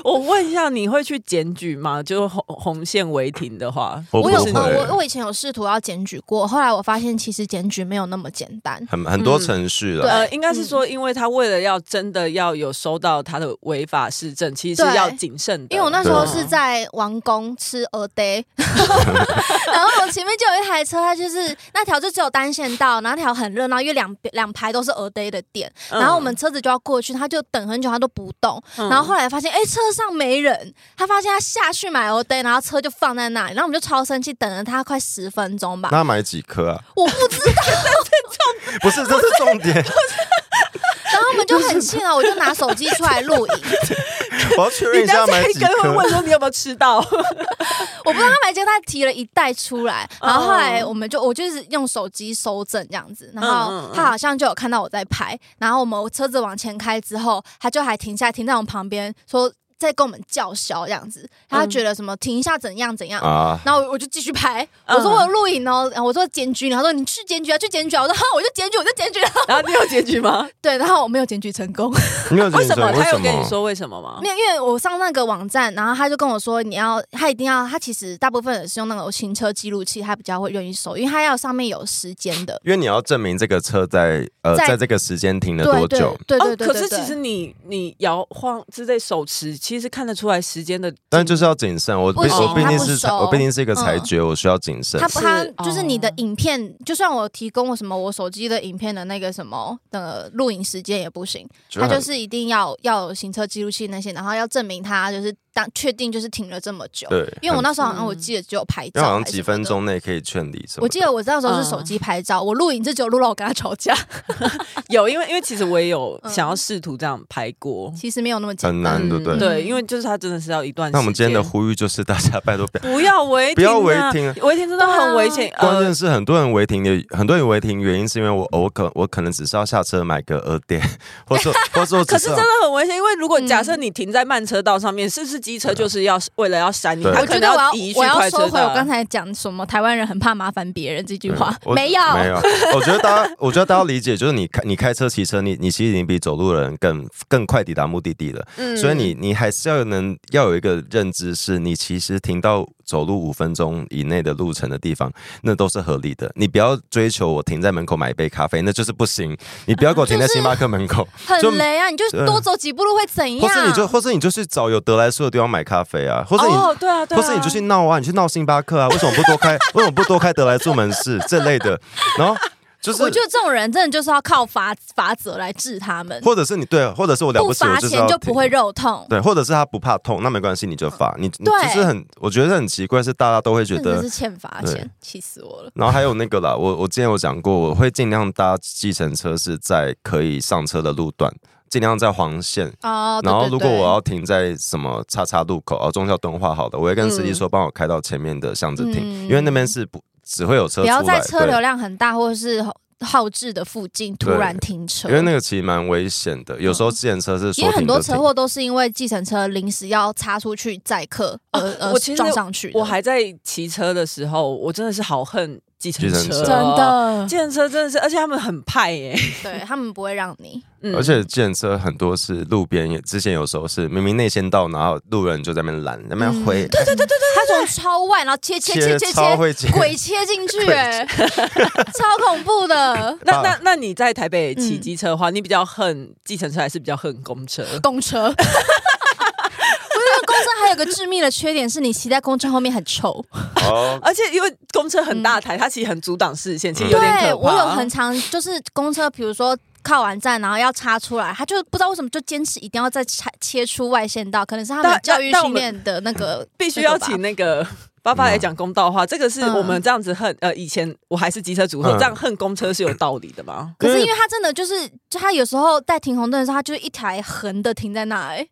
Speaker 1: 我问一下，你会去检举吗？就是红红线违停的话，
Speaker 2: 我
Speaker 3: 我
Speaker 2: 不
Speaker 3: 有
Speaker 2: 会
Speaker 3: 呃我我以前有试图要检举过，后来我发现其实检举没有那么简单。
Speaker 2: 很很多程序了。
Speaker 1: 呃，
Speaker 3: 嗯对啊嗯
Speaker 1: 应该是说，因为他为了要真的要有收到他的违法市政，其实是要谨慎的。
Speaker 3: 因为我那时候
Speaker 1: 啊
Speaker 2: 对
Speaker 3: 是在王宫吃鹅
Speaker 2: (laughs)
Speaker 3: 呆，然后我前面就有一台车，它就是那条就只有单线道，然后那条很热闹，因为两两排都是鹅呆的店，
Speaker 1: 嗯，
Speaker 3: 然后我们车子就要过去，他就等很久，他都不动。
Speaker 1: 嗯
Speaker 3: 然后后来发现，哎、车上没人，他发现他下去买 O day，然后车就放在那里，然后我们就超生气，等了他快十分钟吧。
Speaker 2: 那买几颗啊？
Speaker 3: 我不知道，
Speaker 2: 不是，这是重
Speaker 3: (laughs)
Speaker 2: 点。
Speaker 3: 然后我们就很气了，我就拿手机出来录影，
Speaker 2: 我要确认
Speaker 1: 你
Speaker 2: 一
Speaker 1: 刚
Speaker 2: 下
Speaker 1: 才
Speaker 2: 买
Speaker 1: 还
Speaker 2: 几
Speaker 1: 跟会
Speaker 2: 颗。
Speaker 1: 问说你有没有吃到？ (laughs)
Speaker 3: 我不知道他买结果他提了一袋出来，然后后来我们就我就是用手机收证这样子，然
Speaker 1: 哦嗯
Speaker 3: 后
Speaker 1: 嗯嗯
Speaker 3: 他好像就有看到我在拍，然后我们车子往前开之后，他就还停下来停在我们旁边说。在跟我们叫嚣这样子，
Speaker 1: 嗯
Speaker 3: 他觉得什么停一下怎样怎样，
Speaker 2: 啊，
Speaker 3: 然后我我就继续拍，
Speaker 1: 嗯
Speaker 3: 我说我有录影哦，然后我说检举你，他说你去检举啊，去检举啊，我说哈，我就检举，我就检举 (laughs) 了，
Speaker 1: 然后你有检举吗？
Speaker 3: 对，然后我没有检举成功，
Speaker 2: 你有
Speaker 1: 为
Speaker 2: 精
Speaker 1: 什
Speaker 2: 神？
Speaker 1: 么？
Speaker 2: 为
Speaker 1: 他
Speaker 2: 什
Speaker 1: 有跟你
Speaker 2: 么？
Speaker 1: 说为什么吗
Speaker 3: 没？有，因为我上那个网站，然后他就跟我说你要，他一定要，他其实大部分人是用那种行车记录器，他比较会愿意收，因为他要上面有时间
Speaker 2: (laughs)
Speaker 3: 的，
Speaker 2: 因为你要证明这个车在呃
Speaker 3: 在
Speaker 2: 在这个时间停了
Speaker 3: 对
Speaker 2: 多
Speaker 3: 对
Speaker 2: 久，
Speaker 3: 对对对对，
Speaker 1: 哦，可是
Speaker 3: 对
Speaker 1: 其实你你摇晃之类手持，其实看得出来时间的进。
Speaker 2: 但就是要谨慎。我
Speaker 3: 不
Speaker 2: 毕
Speaker 3: 行
Speaker 2: 我毕
Speaker 3: 他
Speaker 2: 竟
Speaker 3: 不
Speaker 2: 是裁
Speaker 3: 收
Speaker 2: 我毕竟是一个裁
Speaker 3: 嗯
Speaker 2: 决，我需要谨慎
Speaker 3: 他。不他
Speaker 1: 是
Speaker 3: 就是你的
Speaker 1: 哦
Speaker 3: 影片，就算我提供我什么我手机的影片的那个什么的录影时间也不行，他就
Speaker 2: 很
Speaker 3: 是一定要要有行车记录器那些，然后要证明他就是当确定就是停了这么久。
Speaker 2: 对，
Speaker 3: 因为我
Speaker 2: 很
Speaker 3: 那时候好像
Speaker 1: 嗯
Speaker 3: 我记得只有拍
Speaker 2: 因
Speaker 3: 照，
Speaker 2: 为好像几分。钟内可以劝离什么的。
Speaker 3: 我记得我那时候
Speaker 1: 嗯
Speaker 3: 是手机拍照，我录影就只有录到我跟他吵架，
Speaker 1: 有，因为因为其实我也有
Speaker 3: (laughs) 嗯
Speaker 1: 想要试图这样拍过。
Speaker 3: 其实没有那么简
Speaker 2: 很
Speaker 3: 单。
Speaker 2: 难，对不对
Speaker 3: 嗯？
Speaker 1: 对，因为就是他真的是要一段时间。
Speaker 2: 那我们今天的呼吁就是，大家 (laughs) 拜托不要。
Speaker 3: 呃
Speaker 1: 不要违
Speaker 2: 不
Speaker 1: 停啊，
Speaker 2: 要违停啊
Speaker 1: 违停真的很危险。
Speaker 3: 啊
Speaker 2: 关
Speaker 1: 呃
Speaker 2: 键，是很多人违停的，很多人违停原因是因为我我可我可能只是要下车买个耳垫，或
Speaker 3: (laughs)
Speaker 2: 者或者
Speaker 1: 可
Speaker 2: 只
Speaker 1: 是真的很危险，因为如果假
Speaker 3: 嗯
Speaker 1: 设你停在慢车道上面，是不是机车就是要为了要闪你，
Speaker 2: 啊对啊
Speaker 1: 他
Speaker 3: 我
Speaker 1: 可
Speaker 3: 觉
Speaker 1: 能
Speaker 3: 得我要
Speaker 1: 移去
Speaker 3: 我要
Speaker 1: 快
Speaker 3: 收
Speaker 1: 车
Speaker 3: 回
Speaker 1: 道。啊
Speaker 3: 我刚才讲什么台湾人很怕麻烦别人这句话，
Speaker 2: 嗯我
Speaker 3: 没有
Speaker 2: 哦没有。我觉得大家，我觉得大家理解，就是你开你开车、骑车，你你其实已经比走路的人更更快抵达目的地了。
Speaker 1: 嗯
Speaker 2: 所以你你还是要能要有一个认知，是你其实停到走路五分钟以内的路程的地方，那都是合理的。你不要追求我停在门口买一杯咖啡，那就是不行。你不要给我停在星巴克门口，就
Speaker 3: 很雷啊！你就
Speaker 2: 对
Speaker 3: 多走几步路会怎
Speaker 2: 或是
Speaker 3: 样？
Speaker 2: 你就或是你就去找有德莱素的地方买咖啡啊，或是你。
Speaker 1: 哦，对啊，对啊，
Speaker 2: 或是你就去闹啊，你去闹星巴克啊，为什么不多开？为什么不多开德莱素门市这类的？然后就是，
Speaker 3: 我觉得这种人真的就是要靠法法则来治他们，
Speaker 2: 或者是你对，或者是我了
Speaker 3: 不
Speaker 2: 不起，我
Speaker 3: 罚
Speaker 2: 就是
Speaker 3: 钱
Speaker 2: 要
Speaker 3: 就不
Speaker 2: 停
Speaker 3: 会肉痛，
Speaker 2: 对，或者是他不怕痛，那没关系，你就罚你，你就是很，我觉得很奇怪，是大家都会觉
Speaker 3: 真的
Speaker 2: 得
Speaker 3: 是。欠罚
Speaker 2: 对
Speaker 3: 钱，气死我了。
Speaker 2: 然后还有那个啦，我我之前有讲过，我会尽量搭计程车是在可以上车的路段，尽量在黄线。
Speaker 3: 哦，对
Speaker 2: 然后
Speaker 3: 对
Speaker 2: 如果
Speaker 3: 对
Speaker 2: 我要停在什么叉叉路口哦，中校敦化好的，我会跟司机说帮我开到前面的巷子停，
Speaker 3: 嗯
Speaker 2: 因为那边是不只会有车
Speaker 3: 不
Speaker 2: 出来，
Speaker 3: 要在车
Speaker 2: 对
Speaker 3: 流量很大或者是号志的附近突
Speaker 2: 对
Speaker 3: 然停车，
Speaker 2: 因为那个其实蛮危险的，有时候自行车是
Speaker 3: 因
Speaker 2: 说
Speaker 3: 为嗯很
Speaker 2: 停
Speaker 3: 多
Speaker 2: 就
Speaker 3: 车
Speaker 2: 停。
Speaker 3: 祸都是因为计程车临时要插出去载客，
Speaker 2: 啊
Speaker 3: 而呃
Speaker 1: 我其实
Speaker 3: 撞上去的，
Speaker 1: 我还在骑车的时候，我真的是好恨计程
Speaker 2: 计
Speaker 1: 车，
Speaker 2: 程车
Speaker 3: 真。的，
Speaker 1: 计程车真的是，而且他们很派耶、 (laughs)
Speaker 3: 对他们不会让你，
Speaker 1: 嗯
Speaker 2: 而且自行车很多是路边，也之前有时候是明明内线道，然后路人就在那边拦，在那边挥， (laughs) 对对对，
Speaker 3: 他从超外然后切切切切
Speaker 2: 超会切，
Speaker 3: 鬼切进去、
Speaker 2: 鬼
Speaker 3: 哎， (laughs) 超恐怖的
Speaker 1: 那
Speaker 2: 爸
Speaker 1: 那那你在台北骑
Speaker 3: 嗯
Speaker 1: 机车的话，你比较恨计程车还是比较恨公车？
Speaker 3: 公车。 (laughs) 我觉得公车还有个致命的缺点是，你骑在公车后面很臭。
Speaker 2: (laughs) 哦，
Speaker 1: 而且因为公车很大台，它其实很阻挡视线，其实有点
Speaker 3: 对
Speaker 1: 可怕。
Speaker 3: 我有很长，就是公车，比如说靠完站，然后要插出来，他就不知道为什么就坚持一定要再插切出外线道，可能是他们
Speaker 1: 但
Speaker 3: 教育
Speaker 1: 但但我
Speaker 3: 训
Speaker 1: 们
Speaker 3: 练的那个
Speaker 1: 必须要
Speaker 3: 那个吧
Speaker 1: 请那个爸爸来讲公道话，这个是
Speaker 3: 嗯
Speaker 1: 我们这样子恨呃，以前我还是机车主妇，
Speaker 2: 嗯
Speaker 1: 这样恨公车是有道理的吗？
Speaker 3: 可是因为他真的就是，就他有时候在停红灯的时候，他就是一台横的停在那
Speaker 2: (laughs)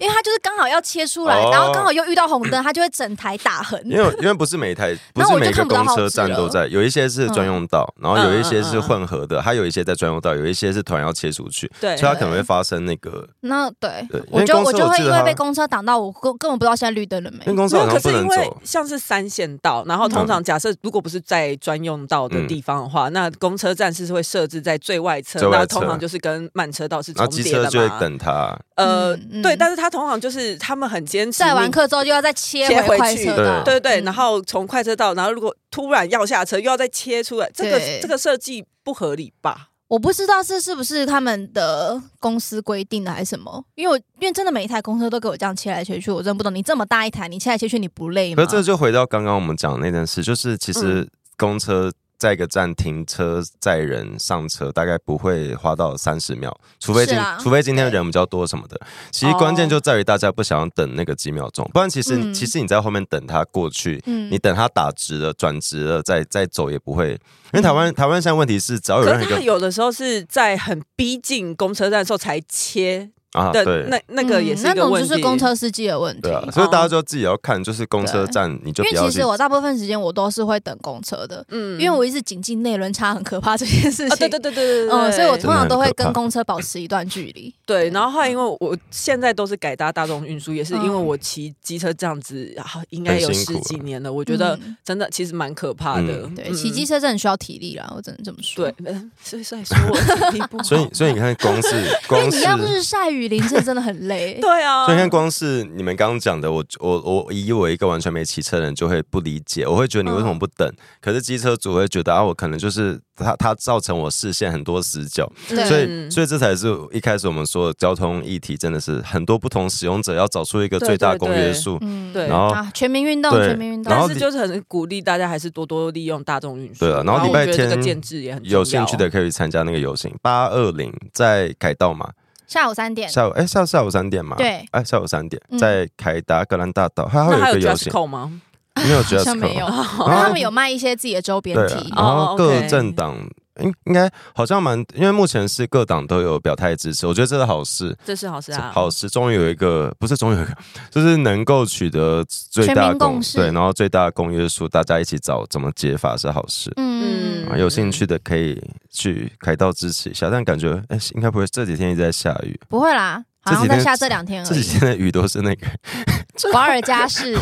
Speaker 3: 哎、因为他就是刚好要切出来，
Speaker 2: 哦
Speaker 3: 然后刚好又遇到红灯，他就会整台打横。
Speaker 2: 因为因为不是每一台，不
Speaker 3: 那
Speaker 2: 是
Speaker 3: 我就
Speaker 2: 每一个
Speaker 3: 看不到
Speaker 2: 公
Speaker 3: 号
Speaker 2: 车
Speaker 3: 志
Speaker 2: 站
Speaker 3: 了
Speaker 2: 都在，有一些是专用道，然后有一
Speaker 1: 嗯
Speaker 2: 些
Speaker 1: 嗯
Speaker 2: 是
Speaker 1: 嗯嗯
Speaker 2: 混合的，它有一些在专用道，有一些是突然要切出去，
Speaker 1: 对
Speaker 2: 所以它可能会发生那个，
Speaker 3: 那对
Speaker 2: 对，因
Speaker 3: 我
Speaker 2: 为
Speaker 3: 就
Speaker 2: 公车
Speaker 3: 我就
Speaker 2: 我
Speaker 3: 会
Speaker 2: 记
Speaker 3: 因
Speaker 2: 得
Speaker 3: 为
Speaker 2: 他
Speaker 3: 被公车挡到，我根根本不知道现在绿灯了没
Speaker 2: 啊因为。公司
Speaker 1: 没有，
Speaker 2: 好
Speaker 1: 可
Speaker 2: 像
Speaker 1: 是
Speaker 2: 不
Speaker 1: 因
Speaker 2: 能
Speaker 1: 为
Speaker 2: 走，嗯
Speaker 1: 像是三线道，然后通常假设如果不是在专用道的地方的话，那公车站是会设置在最外侧
Speaker 2: 最，外侧
Speaker 1: 那通常就是跟慢车道是
Speaker 2: 然
Speaker 1: 重
Speaker 2: 后机
Speaker 1: 叠的
Speaker 2: 车
Speaker 1: 嘛。
Speaker 2: 就会等它，
Speaker 1: 呃
Speaker 3: 嗯，嗯
Speaker 1: 对，但是他通常就是他们很坚持，
Speaker 3: 载完课之后就要再切
Speaker 1: 切
Speaker 3: 回
Speaker 1: 回
Speaker 3: 快
Speaker 1: 去
Speaker 3: 车道。
Speaker 1: 对对，
Speaker 3: 嗯
Speaker 1: 然后从快车道，然后如果突然要下车，又要再切出来，这个
Speaker 3: 对
Speaker 1: 这个设计不合理吧？
Speaker 3: 我不知道这是不是他们的公司规定的还是什么，因为我因为真的每一台公车都给我这样切来切去，我真的不懂。你这么大一台，你切来切去你不累
Speaker 2: 可
Speaker 3: 吗
Speaker 2: 是？这就回到刚刚我们讲的那件事，就是其实公
Speaker 3: 嗯
Speaker 2: 车在一个站停车载人上车，大概不会花到三十秒，除非今、
Speaker 3: 是啊哦
Speaker 2: 除非今天人比较多什么的。其实关键就在于大家不想要等那个几秒钟，不然其实、
Speaker 3: 嗯
Speaker 2: 其实你在后面等他过去。
Speaker 3: 嗯
Speaker 2: 你等他打直了、转直了，再再走也不会，因为台
Speaker 3: 嗯
Speaker 2: 湾台湾现在问题是，哦只要有
Speaker 1: 可
Speaker 2: 任何
Speaker 1: 是
Speaker 2: 一
Speaker 1: 他
Speaker 2: 个
Speaker 1: 有的时候是在很逼近公车站的时候才切
Speaker 2: 啊，
Speaker 1: 的，
Speaker 2: 对
Speaker 1: 那那个也是一
Speaker 3: 嗯那
Speaker 1: 个
Speaker 3: 种
Speaker 1: 问
Speaker 3: 就
Speaker 1: 题。
Speaker 3: 是公车司机的问题
Speaker 2: 对。啊，所以大家就自己要看，就是公车
Speaker 3: 对
Speaker 2: 站你就
Speaker 3: 因
Speaker 2: 不要
Speaker 3: 为
Speaker 2: 去
Speaker 3: 其实我大部分时间我都是会等公车的，
Speaker 1: 嗯
Speaker 3: 因为我一直谨记内轮差很可怕这件事情。
Speaker 1: 啊，对对对对对对，
Speaker 3: 嗯，所以我
Speaker 1: 对
Speaker 3: 通常都会
Speaker 2: 真的
Speaker 3: 跟
Speaker 2: 很可怕
Speaker 3: 公车保持一段距离。
Speaker 1: 对，然后后来
Speaker 2: 嗯
Speaker 1: 因为我现在都是改搭大众运输，也是因为我骑机车这样子，啊、应该有
Speaker 2: 很辛苦
Speaker 1: 十
Speaker 2: 了
Speaker 1: 几年了，我觉得
Speaker 3: 嗯
Speaker 1: 真的其实蛮可怕的。
Speaker 2: 嗯
Speaker 3: 对，
Speaker 1: 嗯
Speaker 3: 骑机车真的很需要体力啦，我只能这么说。
Speaker 1: 对，，嗯 (laughs) 所以所以说我体力不好，。
Speaker 2: (laughs) 所以所以你看公司
Speaker 3: (laughs) 因为
Speaker 2: 光是
Speaker 3: 你要日晒雨淋，这真的很累
Speaker 1: (laughs) 对啊，
Speaker 2: 所以你看，光是你们刚刚讲的，我我我以我一个完全没骑车的人就会不理解，我会觉得你为
Speaker 1: 嗯
Speaker 2: 什么不等？可是机车主会觉得啊，我可能就是它它造成我视线很多死角，
Speaker 3: 对
Speaker 2: 所以
Speaker 1: 嗯
Speaker 2: 所以这才是一开始我们说的交通议题，真的是很多不同使用者要找出一个
Speaker 1: 对
Speaker 2: 最大
Speaker 1: 对
Speaker 2: 公
Speaker 1: 对
Speaker 2: 约数。
Speaker 3: 嗯，
Speaker 1: 对
Speaker 2: 然后
Speaker 3: 啊，全民运动，
Speaker 2: 对
Speaker 3: 全民运动
Speaker 2: 然后。
Speaker 1: 但是就是很鼓励大家还是多多利用大众运输。
Speaker 2: 对啊然后
Speaker 1: 我
Speaker 2: 礼拜
Speaker 1: 觉得这个
Speaker 2: 天
Speaker 1: 建制也很重要
Speaker 2: 有兴趣的可以参加那个游行，八二零在凯道嘛，
Speaker 3: 下午三点，
Speaker 2: 下午哎、下下午三点嘛，
Speaker 3: 对
Speaker 2: 哎、下午三点
Speaker 3: 嗯
Speaker 2: 在凯达格兰大道，它会
Speaker 1: 那
Speaker 2: 有
Speaker 1: 还
Speaker 2: 一
Speaker 1: 有
Speaker 2: 个游
Speaker 1: dress
Speaker 2: 行，
Speaker 1: code 吗？
Speaker 2: 没有哦
Speaker 3: 好
Speaker 2: dress
Speaker 3: 像
Speaker 2: code，
Speaker 3: 没有，
Speaker 1: (laughs)
Speaker 2: 然后
Speaker 3: 但他们有卖一些自己的周边
Speaker 2: 对啊
Speaker 3: 体，。
Speaker 2: 然后
Speaker 1: 哦
Speaker 2: 各
Speaker 1: ，OK
Speaker 2: 政党，嗯，应该好像蛮，因为目前是各党都有表态支持，我觉得这是好事。
Speaker 1: 这是好事啊，
Speaker 2: 好事，终于有一个不是终于有一个， (laughs) 就是能够取得最
Speaker 3: 全
Speaker 2: 大
Speaker 3: 民
Speaker 2: 公
Speaker 3: 共识
Speaker 2: 对，然后最大的公约数，大家一起找怎么解法是好事。
Speaker 3: 嗯，
Speaker 2: 啊，有兴趣的可以去凯道支持一下，但感觉哎、应该不会这几天一直在下雨，
Speaker 3: 不会啦，好
Speaker 2: 这
Speaker 3: 像
Speaker 2: 几
Speaker 3: 在
Speaker 2: 天
Speaker 3: 下这两
Speaker 1: 嗯
Speaker 3: 天而
Speaker 2: 这几
Speaker 3: 已。
Speaker 2: 天的雨都是那个
Speaker 3: (laughs) 华尔加
Speaker 1: (laughs)
Speaker 3: 市，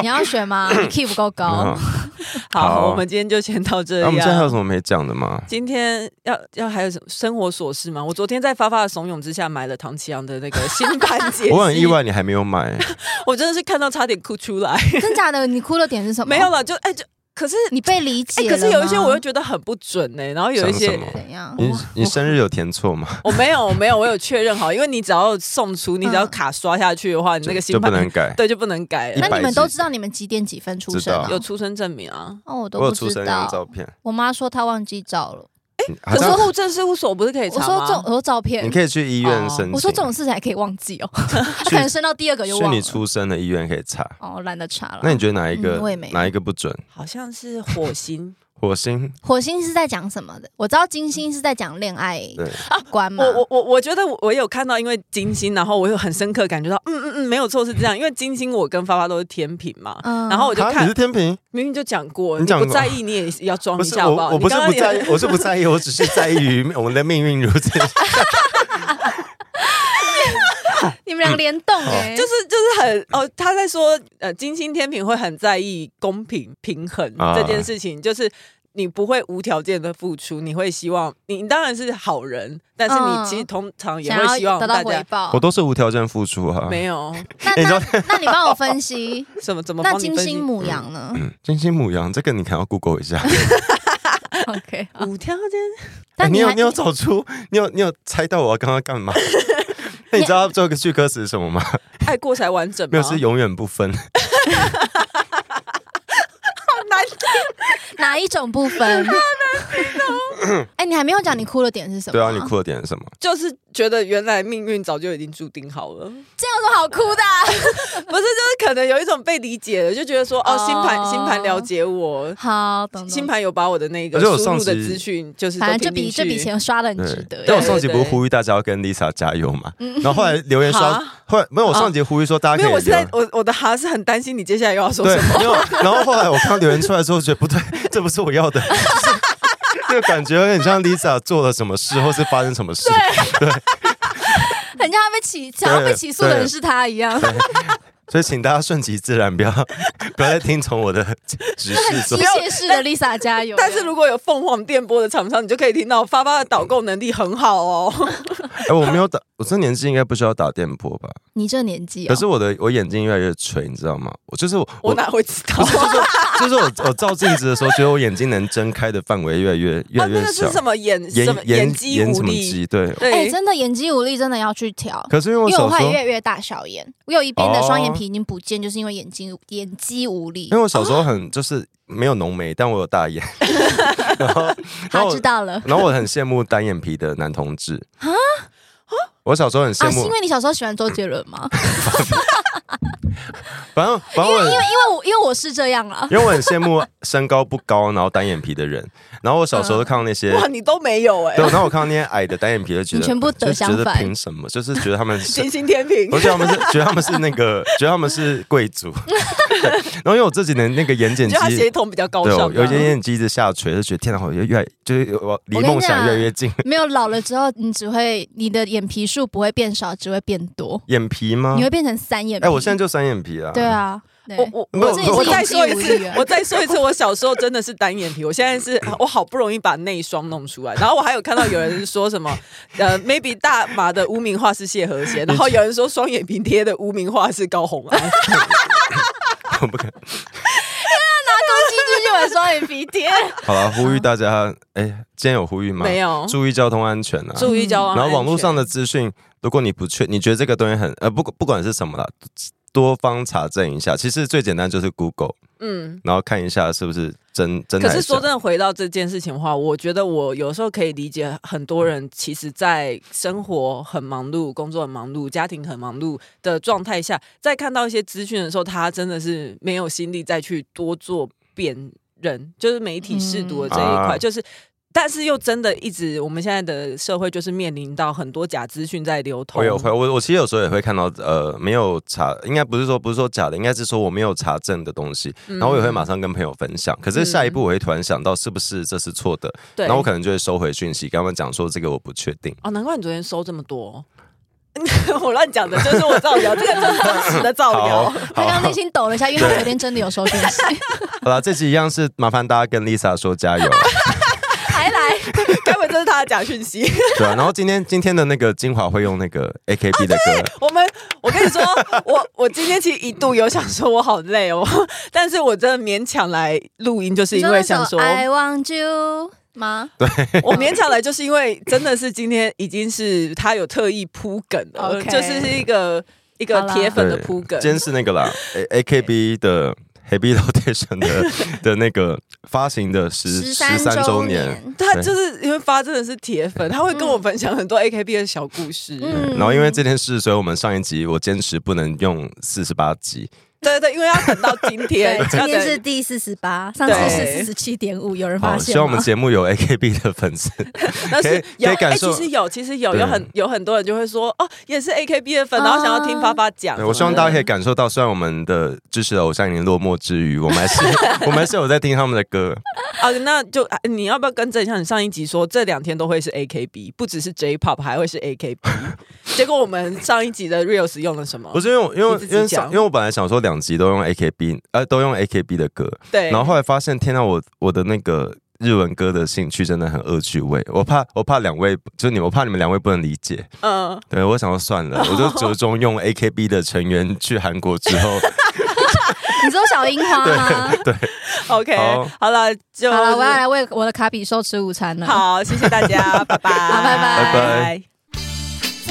Speaker 3: 你要选吗
Speaker 1: (laughs)
Speaker 3: 你？Key 不够
Speaker 1: 哦
Speaker 3: 高，
Speaker 1: 好，
Speaker 2: 好
Speaker 1: 我们今天就先到这啊
Speaker 2: 那、
Speaker 1: 样。
Speaker 2: 我们现在还有什么没讲的吗？
Speaker 1: 今天要要还有什么生活琐事吗？我昨天在发发的怂恿之下买了唐奇阳的
Speaker 2: (laughs)
Speaker 1: 那个新版解析，
Speaker 2: 我很意，外你还没有买，
Speaker 1: 我真的是看到差点哭出
Speaker 2: (laughs)
Speaker 1: 来。
Speaker 3: 真假的？你哭的点是什么？
Speaker 1: 没有，了，就哎、就可是
Speaker 3: 你被理
Speaker 1: 哎、
Speaker 3: 解了吗。
Speaker 1: 可是有一些我又觉得很不准哎、然后 (laughs) 有一
Speaker 2: 想
Speaker 1: 些
Speaker 2: 什么
Speaker 3: 怎样？
Speaker 2: 你你
Speaker 3: 我
Speaker 2: 生日有填错吗？
Speaker 1: 我没有我没有我有确认好，因为你只要送出，你只要
Speaker 3: 嗯
Speaker 1: 卡刷下去的话，你那个
Speaker 2: (laughs) 就
Speaker 1: 新
Speaker 2: 不
Speaker 1: 版
Speaker 2: 能改。
Speaker 1: 对就不能改
Speaker 3: 那
Speaker 1: 了。
Speaker 2: 100
Speaker 3: 你们都
Speaker 2: 集
Speaker 3: 知道你们几点几分出生啊
Speaker 2: 知道？
Speaker 1: 有出生证明啊，
Speaker 3: 哦，我都
Speaker 2: 我有
Speaker 3: 不
Speaker 2: 出
Speaker 3: 知
Speaker 2: 生张照
Speaker 3: 道。
Speaker 2: 片，
Speaker 3: 我妈说她忘记照了。
Speaker 2: 好
Speaker 1: 可
Speaker 2: 像
Speaker 1: 是户政事务所不是可以
Speaker 3: 我
Speaker 1: 查
Speaker 3: 说
Speaker 1: 吗？
Speaker 3: 这种我说照片
Speaker 2: 你，可以去医院申请。
Speaker 3: 哦我说这种事情还可以忘
Speaker 1: (laughs)
Speaker 3: 记哦，她可能生到第二个就
Speaker 2: 去
Speaker 3: 忘
Speaker 2: 你
Speaker 3: 了。
Speaker 2: 出生的医院可以查。
Speaker 3: 哦，懒得查了。
Speaker 2: 那你觉得哪一个
Speaker 3: 嗯我也没
Speaker 2: 哪一个不准？
Speaker 1: 好像是火星，
Speaker 2: 火星，
Speaker 3: 火星是在讲什么的？我知道金星是在讲恋爱
Speaker 2: 对，
Speaker 3: 观嘛，
Speaker 1: 我我我我觉得我有看到，因为金星，然后我有很深刻感觉到，嗯嗯嗯，没有错是这样。因为金星我跟发发都是天平嘛，
Speaker 3: 嗯
Speaker 1: 然后我就
Speaker 2: 啊，你
Speaker 1: 看
Speaker 2: 是，天平，
Speaker 1: 明明就讲过，
Speaker 2: 你
Speaker 1: 你
Speaker 2: 讲
Speaker 1: 不
Speaker 2: 过
Speaker 1: 在意你也要装
Speaker 2: 不
Speaker 1: 一
Speaker 2: 是
Speaker 1: 下好好？
Speaker 2: 我，我不是不
Speaker 1: 你刚刚
Speaker 2: 在
Speaker 1: 也
Speaker 2: 意，我是不在意，我只是在意于我们的命运如
Speaker 3: (laughs)
Speaker 2: 此。
Speaker 3: 你们两个联
Speaker 1: (laughs)
Speaker 3: 动哎、
Speaker 1: 就是就是很哦，他在说呃，金星天平会很在意公平平衡
Speaker 2: 啊
Speaker 1: 这件事情，就是。你不会无条件的付出，你会希望你你当然是好人，但是
Speaker 3: 嗯
Speaker 1: 你其实通常也
Speaker 3: 想
Speaker 1: 会希
Speaker 3: 要
Speaker 1: 望
Speaker 3: 得到
Speaker 1: 大
Speaker 3: 回
Speaker 1: 家
Speaker 3: 报
Speaker 2: 我。都是无条件付出啊。
Speaker 1: 没有
Speaker 2: (laughs)
Speaker 3: 那
Speaker 2: 你知
Speaker 3: 那
Speaker 2: 道
Speaker 3: 那你帮我分析，
Speaker 1: 什么怎么
Speaker 3: 那
Speaker 1: 帮你
Speaker 3: 金
Speaker 1: 分析
Speaker 3: 星母羊呢
Speaker 2: 金星母羊，这个你可能要 Google 一下。
Speaker 3: (laughs) ？OK，好
Speaker 1: 无条件
Speaker 2: 哎
Speaker 3: 但
Speaker 2: 你有
Speaker 3: 还
Speaker 2: 你有找出，你有你有猜到我要刚刚干
Speaker 3: (laughs)
Speaker 2: 嘛？那你知道最后一个句歌词是什么
Speaker 3: 哦
Speaker 2: 吗？
Speaker 1: 爱过才完整吗？
Speaker 2: (laughs) 没有，是永远不分。
Speaker 1: 难听
Speaker 3: 哪一种部
Speaker 2: (laughs)
Speaker 3: 分？哎，你还没有讲你哭的点是什么？
Speaker 2: 对啊，你哭的点是什么？
Speaker 1: 就是觉得原来命运早就已经注定好了， (laughs)
Speaker 3: 这有什么好哭的啊？
Speaker 1: 不是就是可能有一种被理解了，就觉得说哦，
Speaker 3: 哦
Speaker 1: 星盘星盘了解我，
Speaker 3: 好，懂
Speaker 1: 星
Speaker 3: 懂。
Speaker 1: 盘有把我的那个
Speaker 2: 而且我
Speaker 1: 输
Speaker 2: 上
Speaker 1: 入的
Speaker 2: 集
Speaker 1: 资讯，就是
Speaker 3: 反正
Speaker 1: 都
Speaker 3: 这
Speaker 1: 拼
Speaker 3: 笔
Speaker 1: 进
Speaker 3: 这笔
Speaker 1: 去
Speaker 3: 钱刷的很值
Speaker 2: 对
Speaker 3: 得，
Speaker 2: 但我
Speaker 3: 哎
Speaker 2: 上集不
Speaker 1: 对
Speaker 2: 是
Speaker 1: 对
Speaker 2: 呼吁大家要跟 Lisa 加油嘛？然后后来留言说
Speaker 1: 哈，
Speaker 2: 后来没有，我上集呼吁说大家
Speaker 1: 啊没
Speaker 2: 可
Speaker 1: 有，
Speaker 2: 以
Speaker 1: 我是在
Speaker 2: 留
Speaker 1: 我我的哈是很担心你接下来又要说
Speaker 2: 对
Speaker 1: 什么。，
Speaker 2: 没有。然后后来我看到留言出来之后，觉得不对， (laughs) 这不是我要的。就是这个感觉有点像 Lisa 做了什么事，或是发生什么事。
Speaker 3: (laughs) 很像他被起，想要被起诉的人是他一样，
Speaker 2: 所以请大家顺其自然，不要 (laughs) 不要再听从我的指示
Speaker 3: 机
Speaker 2: 做。
Speaker 3: 械式的 Lisa 加油。
Speaker 1: 但是如果有凤凰电波的厂商，你就可以听到发发的导购能力很好
Speaker 2: (laughs)
Speaker 1: 哦。
Speaker 2: 哎、我没有打，我这年纪应该不需要打电波吧？
Speaker 3: 你这年纪哦
Speaker 2: 可，是我的我眼睛越来越垂，你知道吗？我就是我，
Speaker 1: 我哪会知道？
Speaker 2: 就是我我照镜子的时候，觉得我眼睛能睁开的范围越来越 (laughs) 越
Speaker 1: 啊，
Speaker 2: 来
Speaker 1: 那
Speaker 2: 越
Speaker 1: 个
Speaker 2: 小。
Speaker 1: 是什么眼
Speaker 2: 眼
Speaker 1: 什么眼肌
Speaker 2: 眼
Speaker 1: 无
Speaker 2: 什么
Speaker 1: 力？
Speaker 2: 肌？对。
Speaker 3: 哎，
Speaker 1: 对，
Speaker 3: 真的眼肌无力，真的要去调。
Speaker 2: 可是因为我
Speaker 3: 因为我
Speaker 2: 小时
Speaker 3: 后来
Speaker 2: 候，
Speaker 3: 越来越大小眼，我有一边的双眼
Speaker 2: 哦
Speaker 3: 皮已经不见，就是因为眼睛眼肌无力
Speaker 2: 因为。我小时
Speaker 3: 哦
Speaker 2: 候很就是没有浓眉，但我有大
Speaker 3: (laughs)
Speaker 2: 眼。 (laughs) 然后，然
Speaker 3: 他
Speaker 2: 后我
Speaker 3: 知道了
Speaker 2: 然后我很羡慕单眼皮的男同志啊我小时候很
Speaker 3: 啊，
Speaker 2: 羡
Speaker 3: 是
Speaker 2: 慕
Speaker 3: 因，为你小时候喜欢周杰伦吗？ (laughs)
Speaker 2: 反正反正我很
Speaker 3: 因为因为我因为我是这样啊，
Speaker 2: 因为我很羡慕身高不高然后单眼皮的人。然后我
Speaker 3: 嗯
Speaker 2: 小时候都看到那些，
Speaker 1: 哇，你都没有哎
Speaker 2: 对，，然后我看到那些矮的单眼皮，就觉得
Speaker 3: 你全部得
Speaker 2: 就觉
Speaker 3: 相
Speaker 2: 得
Speaker 3: 反
Speaker 2: 凭什么？就是觉得他们是
Speaker 1: 金星天平
Speaker 2: 我。觉得他们是，觉得他们是那个，觉得他们是贵族。 (laughs) 对，然后因为我这几年那个眼睑
Speaker 1: 就他协
Speaker 2: 肌，
Speaker 1: 同比较高
Speaker 2: 对，
Speaker 1: 尚
Speaker 2: 我
Speaker 1: 啊，
Speaker 2: 有一些眼睑肌一直下垂，就觉得天哪，我越来就是我离
Speaker 3: 我跟你
Speaker 2: 梦想越来越近。 (laughs)
Speaker 3: 没有老了之后，你只会你的眼皮数不会变少，只会变多，
Speaker 2: 眼皮吗
Speaker 3: 你？会变成三眼皮。
Speaker 2: 哎，我现在就三眼皮啊。(laughs)
Speaker 3: 对，啊，
Speaker 1: 我
Speaker 3: 对
Speaker 1: 我
Speaker 2: 没有
Speaker 1: 我
Speaker 2: 我
Speaker 1: 我
Speaker 2: 我
Speaker 1: 再说一
Speaker 3: 眼睛无力
Speaker 1: 次
Speaker 3: 啊，
Speaker 1: 我再说一次，我小时候真的是单眼皮，我现在是我好不容易把内双弄出来，然后我还有看到有人说什么，呃，maybe 大马的无名化是谢和弦，然后有人说双眼皮贴的无名化是高红安，
Speaker 2: 我不敢。
Speaker 3: 继续玩
Speaker 2: (laughs)
Speaker 3: 双眼皮贴，
Speaker 2: 好了，呼吁大家，哎，今天有呼吁吗？
Speaker 1: 没有
Speaker 2: 注意交通安全啊。
Speaker 1: 注意交往。
Speaker 2: 然后网络上的资讯，如果你不确，你觉得这个东西很呃，不不管是什么啦，多方查证一下。其实最简单就是 Google，
Speaker 1: 嗯。
Speaker 2: 然后看一下是不是真真
Speaker 1: 可
Speaker 2: 的还假。
Speaker 1: 是说真的，回到这件事情的话，我觉得我有时候可以理解很多人，其实，在生活很忙碌、工作很忙碌、家庭很忙碌的状态下，在看到一些资讯的时候，他真的是没有心力再去多做辨认，就是媒体试读的这一块，
Speaker 2: 啊
Speaker 1: 就是。但是又真的一直，我们现在的社会就是面临到很多假资讯在流通。
Speaker 2: 我有会，我我其实有时候也会看到，呃，没有查，应该不是说不是说假的，应该是说我没有查证的东西，然后我也会马上跟朋友分享。可是下一步我会突然想到，是不是这是错的？
Speaker 1: 对，
Speaker 2: 然后我可能就会收回讯息，跟他们讲说这个我不确定。
Speaker 1: 哦，难怪你昨天收这么多。哦 (laughs) 我乱讲的，就是我造谣，这个就是真实的造谣
Speaker 2: 好。，
Speaker 3: 他刚刚内心抖了一下，因为他
Speaker 2: 对
Speaker 3: 昨天真的有收讯
Speaker 2: (laughs)
Speaker 3: 息，
Speaker 2: 好了，这集一样是麻烦大家跟 Lisa 说加油，啊
Speaker 3: 还
Speaker 2: (laughs)
Speaker 3: 来。
Speaker 1: 该不会这是他的假讯息？ (laughs)
Speaker 2: 对啊。然后今天今天的那个精华会用那个 AKB 的歌，
Speaker 1: 我们，我跟你说，我我今天其实一度有想说我好累哦，但是我真的勉强来录音，就是因为想说，
Speaker 3: I want you 吗？
Speaker 1: 我勉强来就是因为真的是今天已经是他有特意铺梗了，
Speaker 3: OK
Speaker 1: 就是是一个一个
Speaker 3: 好啦
Speaker 1: 铁粉的
Speaker 2: 对
Speaker 1: 铺梗。
Speaker 2: 今天是那个啦，A AKB 的 Heavy Rotation 的的 (laughs) 那个发行的十
Speaker 3: 十
Speaker 2: 十
Speaker 3: 三
Speaker 2: 三周
Speaker 3: 周
Speaker 2: 年。
Speaker 3: 年。
Speaker 1: 他就是因为发真的是铁粉，他会跟我分享很多 AKB 的小故事。
Speaker 3: 嗯
Speaker 2: 然后因为这件事，所以我们上一集我坚持不能用四十八集，
Speaker 1: 对对，因为要等到今天，
Speaker 4: 对，今
Speaker 1: 要
Speaker 4: 天
Speaker 1: 等
Speaker 4: 是第四十八，上次是
Speaker 1: 对
Speaker 4: 四十七点五，有人发
Speaker 2: 好，
Speaker 4: 现
Speaker 2: 希望我们
Speaker 4: 吗？
Speaker 2: 节目有 AKB 的
Speaker 1: (laughs)
Speaker 2: 粉丝，
Speaker 1: 但
Speaker 2: 可
Speaker 1: 是
Speaker 2: 以
Speaker 1: 有
Speaker 2: 可以感
Speaker 1: 哎，
Speaker 2: 受
Speaker 1: 其实有，其实有
Speaker 2: 对
Speaker 1: 有很有很多人就会说哦，也是 AKB 的粉，然后想要听爸爸讲什么
Speaker 2: 对
Speaker 1: 的。
Speaker 2: 我希望大家可以感受到，虽然我们的支持的偶像已经落寞之余，我们
Speaker 1: (laughs)
Speaker 2: 还是我们还是有在听他们的歌。
Speaker 1: 啊，那就啊你要不要更正一下？你上一集说这两天都会是 AKB，不只是 J-pop，还会是 AKB。结
Speaker 2: (laughs)
Speaker 1: 果我们上一集的 Reels 用了什么
Speaker 2: 不？是因为我因为
Speaker 1: 你自己
Speaker 2: 因为
Speaker 1: 讲
Speaker 2: 因为我本来想说两集都用 AKB，呃，都用 AKB 的歌，
Speaker 1: 对，
Speaker 2: 然后后来发现，天呐，我我的那个日文歌的兴趣真的很恶趣味，我怕我怕两位，就你，我怕你们两位不能理解。
Speaker 1: 嗯，
Speaker 2: 对我想说算了，我就折中用 AKB 的成员去韩国之后，
Speaker 3: 你说小樱花吗？
Speaker 1: OK，
Speaker 2: 好
Speaker 1: 好了，就
Speaker 3: 好了，我要来为我的卡比兽吃午餐了。，
Speaker 1: 好，谢谢大家，拜拜，
Speaker 3: (laughs) 好拜
Speaker 2: 拜
Speaker 3: 拜
Speaker 2: 拜。
Speaker 5: 喜